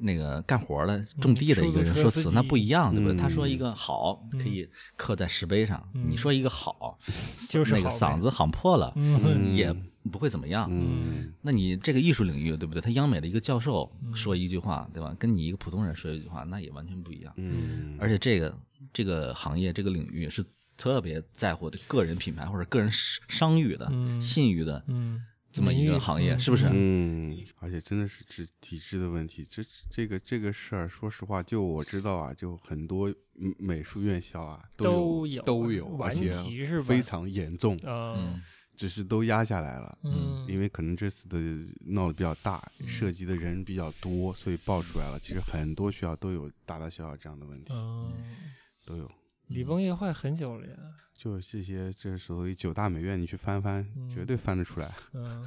C: 那个干活
B: 嗯
C: 的种地的一个人说
B: 出租车司
C: 辞
B: 机
C: 那不一样，对不
A: 嗯
C: 对？他说一个好可以刻在石碑上，
B: 嗯
C: 你说一个好，
B: (laughs) 就是
C: 那个
B: 好呗
C: 嗓子喊破了
B: 嗯
C: 也不会怎么样。
A: 嗯，
C: 那你这个艺术领域，对不对？他央美的一个教授
B: 嗯
C: 说一句话，对吧？跟你一个普通人说一句话，那也完全不一样。
A: 嗯，
C: 而且这个这个行业这个领域是特别在乎的个人品牌或者个人商誉的、
B: 嗯
C: 信誉的
B: 嗯
C: 这么一
B: 名
C: 个
B: 誉
C: 行业，
B: 嗯
C: 是不是？啊
A: 嗯，而且真的是体体制的问题。这这个这个事儿，说实话，就我知道啊，就很多嗯美术院校啊
B: 都
A: 有
B: 有
A: 都有，而
B: 顽
A: 且
B: 疾是吧
A: 非常严重，
B: 啊
C: 嗯，
A: 只是都压下来了。
B: 嗯，
A: 因为可能这次的闹得比较大，
B: 嗯
A: 涉及的人比较多，所以爆出来了。其实很多学校都有大大小小这样的问题，
B: 嗯，
A: 都有。
C: 嗯
B: 礼崩乐坏很久了呀，
A: 就这些，这属于九大美院，你去翻翻，
B: 嗯
A: 绝对翻得出来。
B: 嗯，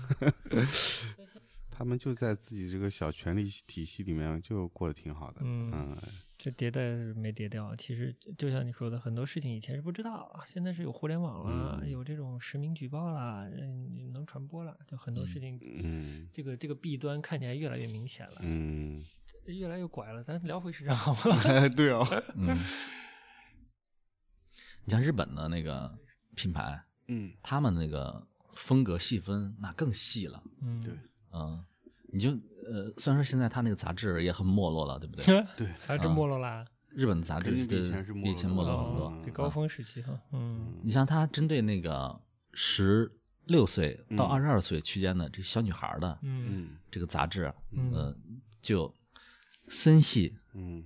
C: (laughs)
A: 他们就在自己这个小权力体系里面就过得挺好的。
B: 嗯
A: 嗯
B: 这迭代没迭掉，其实就像你说的，很多事情以前是不知道，啊现在是有互联网啦，
A: 嗯
B: 有这种实名举报啦，嗯，能传播啦，就很多事情，
A: 嗯
B: 这个这个弊端看起来越来越明显了，呃
A: 嗯，
B: 越来越拐了。咱聊回市场好 (laughs) 吗？
A: (laughs) 对哦，
C: 嗯， (laughs) 你像日本的那个品牌，
A: 嗯
C: 他们那个风格细分那更细了，
B: 嗯，
A: 对
C: 嗯，你就呃，虽然说现在他那个杂志也很没落了，对
A: (laughs)
B: (laughs)
C: 不对？
A: (laughs) 对，
B: 咱这没落啦，
C: 日本的杂
A: 肯
C: 志
A: 定比
C: 对
A: 以前是没
C: 比以前没
A: 落
C: 落
A: 了
C: 很
A: 嗯
C: 多。
B: 比高峰时期哈，嗯
C: 你像他针对那个十六岁到
A: 嗯
C: 二十二岁区间的这小女孩儿的
B: 嗯
A: 嗯
C: 这个杂志，
B: 嗯
C: 呃，就森系，
A: 嗯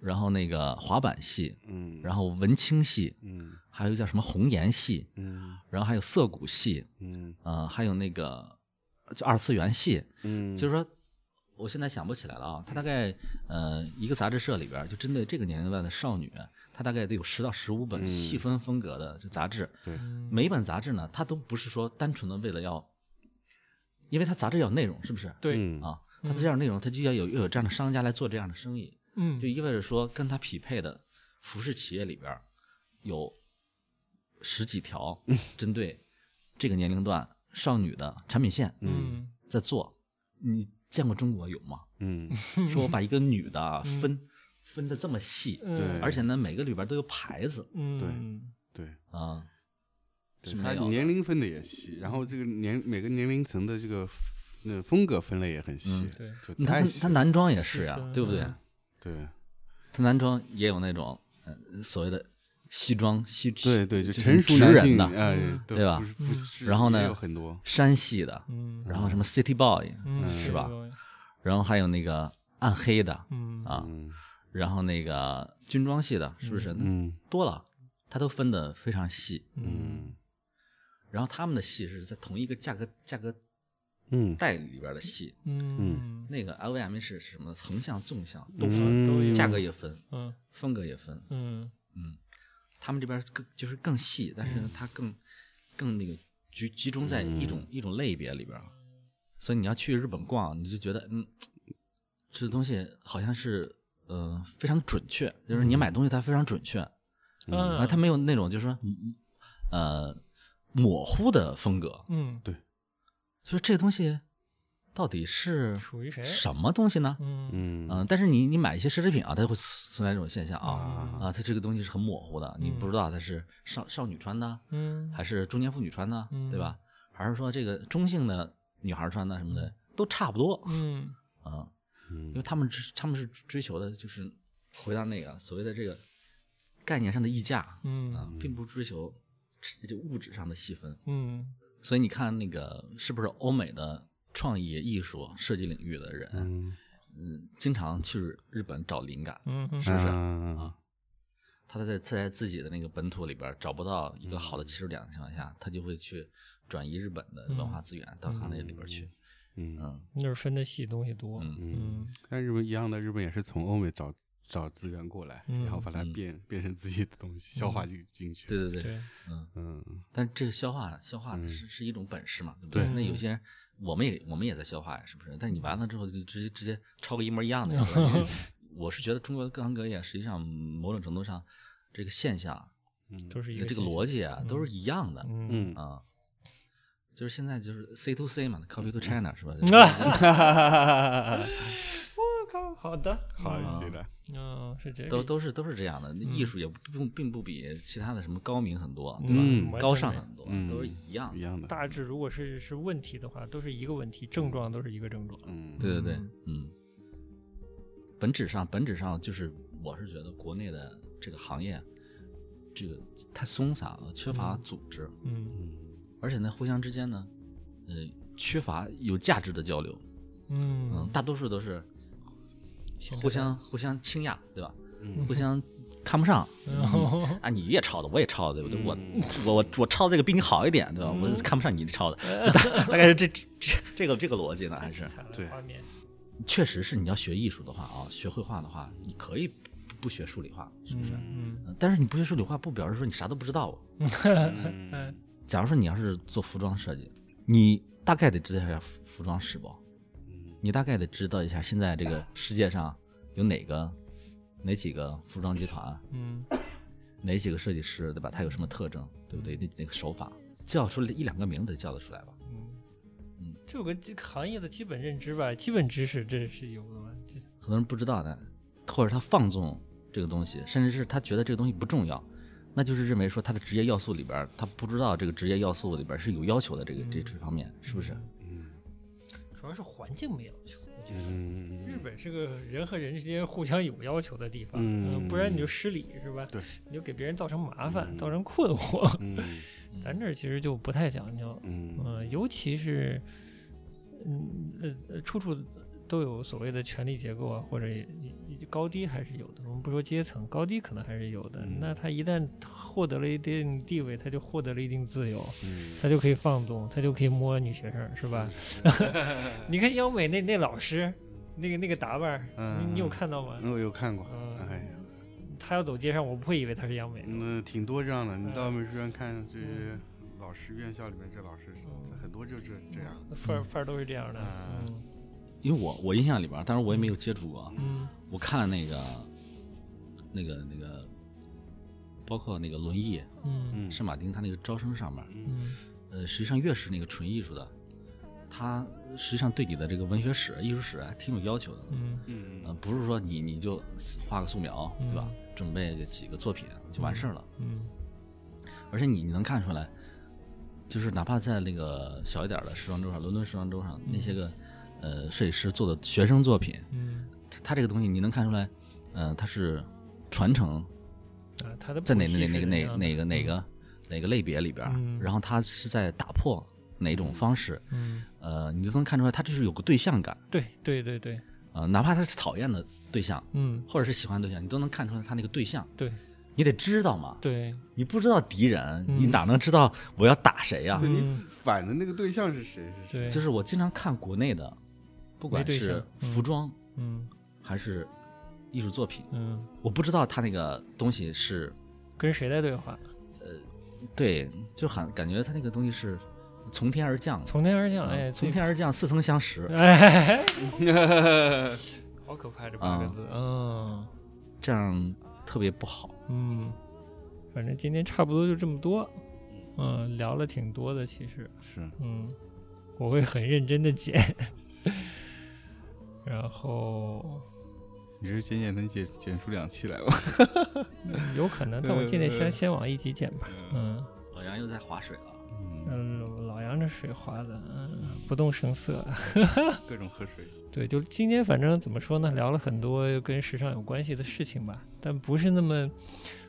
C: 然后那个滑板系，
A: 嗯，
C: 然后文青系，
A: 嗯
C: 还有一个叫什么红颜系，
A: 嗯
C: 然后还有涩谷系，
A: 嗯
C: 呃，还有那个就二次元系，
A: 嗯，
C: 就是
A: 是
C: 说，我现在想不起来了啊。它大概呃，一个杂志社里边儿就针对这个年龄段的少女，它大概得有十到十五本
A: 嗯
C: 细分风格的这杂志。
A: 对，
B: 嗯
C: 每一本杂志呢，它都不是说单纯的为了要，因为它杂志要有内容，是不是？
B: 对，
A: 嗯
C: 啊，它这样内容，它就要有又有这样的商家来做这样的生意，
B: 嗯
C: 就意味着说，跟它匹配的服饰企业里边儿有十几条
A: 嗯
C: (laughs) 针对这个年龄段少女的产品线。
B: 嗯
C: 在做。你见过中国有
A: (laughs)
C: 吗？
A: 嗯
C: 说我把一个女的啊分分的这么细，
A: 对
C: 而且呢，每个里边都有牌子
B: 嗯
A: 对。
C: 啊，
A: 对
C: 是没
A: 它
C: 有的
A: 年龄分的也细，然后这个年每个年龄层的这个那风格分类也很细
C: 嗯，
B: 对
A: 就
C: 你
A: 太
C: 看他
A: 细
C: 他
A: 了
C: 男装也是呀
B: 细分，
C: 对不对
B: 嗯？
A: 对
C: 他男装也有那种呃所谓的西装西
A: 对对，就
C: 就
A: 成
C: 很
A: 熟
C: 直
A: 男
C: 人
A: 性
C: 的
A: 哎
B: 嗯
A: 都
C: 对吧嗯
A: 服饰服饰
C: 然后
A: 也
C: 呢
A: 有很多，
C: 山系的，
B: 嗯
C: 然后什么 City Boy，
B: 嗯
C: 是吧？然后还有那个暗黑的，
B: 嗯
C: 啊
A: 嗯
C: 然后那个军装系的，是不是？那
A: 嗯
C: 多了，他都分的非常细。
A: 嗯
C: 然后他们的戏是在同一个价格价格
A: 嗯
C: 带里边的戏，
B: 嗯
C: 那个 LVMH 是什么横向、纵向都
B: 都
C: 分，
B: 分都有
C: 价格也分，
B: 嗯
C: 风格也分，
B: 嗯
C: 嗯，他们这边更就是更细，但是呢，它更更那个集集中在一种、一种类别里边儿，所以你要去日本逛，你就觉得嗯，这东西好像是呃非常准确，就是你买东西它非常准确，啊，
B: 嗯，
C: 它没有那种就是说嗯呃模糊的风格，
B: 嗯
C: 所以这东西到底是
B: 属于谁
C: 什么东西呢？
B: 嗯
A: 嗯
C: 嗯，但是你你买一些奢侈品啊，它会存在这种现象啊
B: 嗯
C: 啊，它这个东西是很模糊的，你不知道它是少少女穿的，
B: 嗯
C: 还是中年妇女穿的，
B: 嗯
C: 对吧？还是说这个中性的女孩穿的什么的，都差不多
B: 嗯
C: 啊，因为
A: 嗯
C: 他们是他们是追求的就是回到那个所谓的这个概念上的溢价啊
B: 嗯，
C: 并不追求这物质上的细分。
B: 嗯
C: 所以你看，那个是不是欧美的创意、艺术、设计领域的人，嗯
A: 嗯
C: 经常去日本找灵感？
B: 嗯
C: 是不是
A: 啊
C: 他在在自己的那个本土里边找不到一个好的切入点的情况下，他就会去转移日本的文化资源到他那里边去。
A: 嗯，
C: 嗯
B: 那儿分的细东西多。
C: 嗯
B: 嗯
A: 但日本一样的，日本也是从欧美找找资源过来，然后
B: 嗯
A: 把它
C: 嗯
A: 变变成自己的东西，消化进进去。
C: 对对对，
B: 对，
C: 嗯。
A: 嗯
C: 但这个消化消化
A: 嗯
C: 是是一种本事嘛，对不对？
A: 对
C: 那有些人我们也我们也在消化呀，是不是？但你完了之后就直接直接抄个一模一样的
B: (laughs)
C: 呀。是吧就是我是觉得中国的各行各业实际上某种程度上这个现象啊
A: 嗯
B: 都是一个
C: 这个
B: 现象
C: 逻。辑啊
B: 嗯
C: 都是一样的
A: 嗯，(laughs)
B: 嗯
C: (laughs) 啊，就是现在就是 C to C 嘛，copy to
B: 嗯
C: China 是吧？ (laughs)
B: 我靠，好的，
A: 好极了。
B: 嗯，是这个 (laughs)
C: 都都是都是这样的，
B: 嗯
C: 那艺术也不并并不比其他的什么高明很多，对吧？
A: 嗯
C: 高尚很多，
A: 嗯
C: 都是一样
A: 一
C: 的。
A: 样的，
B: 大致如果是是问题的话，都是一个问题，症状都是一个症状。
A: 嗯，
C: 对对对，嗯。本质上，本质上就是，我是觉得国内的这个行业，这个太松散了，缺乏组织，
B: 嗯
A: 嗯
C: 而且呢，互相之间呢，呃，缺乏有价值的交流，嗯
B: 嗯，，
C: 大多数都是
B: 现
C: 互
B: 在
C: 相互相倾轧，对吧？
A: 嗯
C: 互相看不上，
B: 然
A: (laughs)
B: 后 (laughs)
C: 啊，你也抄的，我也抄的，对不对？我
A: 嗯
C: 我我我抄的这个比你好一点，对吧？我看不上你抄的，
A: (laughs)
C: 大大概是这这这个这个逻辑呢，还是
B: 太凄惨了
A: 对
B: 画面，
C: 确实是你要学艺术的话啊，学绘画的话，你可以不不学数理化，是不是？
B: 嗯
C: 呃但是你不学数理化，不表示说你啥都不知道。
B: 嗯嗯
C: 假如说你要是做服装设计，你大概得知道一下服服装时髦，
A: 嗯
C: 你大概得知道一下现在这个世界上有哪个哪几个服装集团，
B: 嗯
C: 哪几个设计师，对吧？他有什么特征，对不对？那那个手法，叫出来一两个名字叫得出来吧？
B: 嗯，这有个这个行业的基本认知吧，基本知识这是有的嘛，这
C: 很多人不知道的，或者他放纵这个东西，甚至是他觉得这个东西不重要，那就是认为说他的职业要素里边儿，他不知道这个职业要素里边儿是有要求的，这个这这方面是不是？
B: 嗯主要是环境没要求。我觉得
A: 嗯
B: 日本是个人和人之间互相有要求的地方，
A: 嗯
B: 呃不然你就失礼是吧？
A: 对，
B: 你就给别人造成麻烦，
A: 嗯
B: 造成困惑。
A: 嗯
B: 咱这儿其实就不太讲究，
A: 嗯
B: 嗯、尤其是，嗯呃呃，处处都有所谓的权力结构啊，或者也也高低还是有的。我们不说阶层，高低可能还是有的。
A: 嗯
B: 那他一旦获得了一定地位，他就获得了一定自由，
A: 嗯，
B: 他就可以放纵，他就可以摸女学生，是吧？你看央美那那老师，那个那个打扮儿，你你有
A: 嗯
B: 看到吗？
A: 我有看过，
B: 嗯
A: 哎呀，
B: 他要走街上，我不会以为他是央美的。
C: 嗯
A: 那挺多这样的。你
B: 哎
A: 到美术院看，就是老师院校里面这老师是，很多就是这样。
B: 范儿范儿都是这样的，
A: 嗯
C: 因为我我印象里边儿，当然我也没有接触过啊，
B: 嗯
C: 我看那个那个那个，包括那个轮椅
B: 嗯
A: 嗯
C: 圣马丁他那个招生上面儿，
B: 嗯
C: 呃，实际上越是那个纯艺术的，他实际上对你的这个文学史、艺术史还啊挺有要求的。
B: 嗯
A: 嗯
C: 呃，不是说你你就画个素描，对吧？准备个几个作品就完事儿了。
B: 嗯
C: 而且你你能看出来，就是哪怕在那个小一点儿的时装周上，伦敦时装周上那些个呃设计师做的学生作品，
B: 嗯
C: 他他这个东西你能看出来，嗯、他是传承
B: 啊，他的
C: 在哪
B: 谱系
C: 哪哪
B: 是
C: 个
B: 怎
C: 哪
B: 样的
C: 哪个哪个哪个类别里边儿，
B: 嗯
C: 然后他是在打破哪种方式，
B: 嗯，
C: 呃，你就能看出来他就是有个对象感，
B: 对对对对，
C: 呃，哪怕他是讨厌的对象，
B: 嗯
C: 或者是喜欢的对象，你都能看出来他那个对象，
B: 对
C: 你得知道嘛，
B: 对，
C: 你不知道敌人，
B: 嗯
C: 你哪能知道我要打谁呀、
A: 对你
B: 嗯
A: 反的那个对象是谁？是谁？
B: 对，
C: 啊就是我经常看国内的，不管
B: 没对
C: 是
B: 象嗯
C: 服装
B: 嗯
C: 还是艺术作品，
B: 嗯，
C: 我不知道他那个东西是
B: 跟谁在对话？
C: 对，就很感觉他那个东西是从天而降的，
B: 从天而降，哎，
C: 嗯从
B: 这
C: 天而降，似曾相识，
B: 哎，
A: (laughs)
B: 好可怕这八个
C: 啊
B: 字，嗯
C: 这样特别不好。
B: 嗯，反正今天差不多就这么多，嗯，聊了挺多的，其实，
A: 是，
B: 嗯，我会很认真的剪。 (laughs) 然后
A: 你这剪剪能剪剪出两期来吧？
B: 嗯有可能，但我尽量先先往一级剪吧。嗯
C: 老杨又在划水了，
B: 嗯，老杨这水花的，嗯，不动声色。
A: 各种喝水。
B: 对，就今天反正怎么说呢，聊了很多跟时尚有关系的事情吧，但不是那么。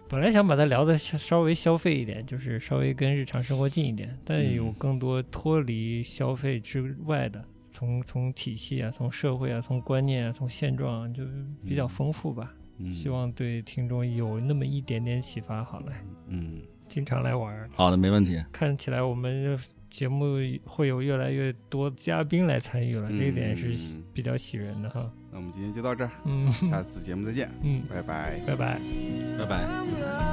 B: 本来想把它聊的稍微消费一点，就是稍微跟日常生活近一点，但有更多脱离消费之外的，从从体系啊，从社会啊，从观念啊，从现状、啊，就比较丰富吧。
A: 嗯
B: 希望对听众有那么一点点启发。好嘞，
A: 嗯，
B: 经常来玩儿，
C: 好的，没问题。
B: 看起来我们节目会有越来越多嘉宾来参与了，这一点是喜
A: 嗯
B: 比较喜人的哈。
A: (laughs) 那我们今天就到这儿，
B: 嗯
A: 下次节目再见，
B: 嗯，
A: 拜拜。
B: 拜拜。
C: 拜拜。
D: I'm lost.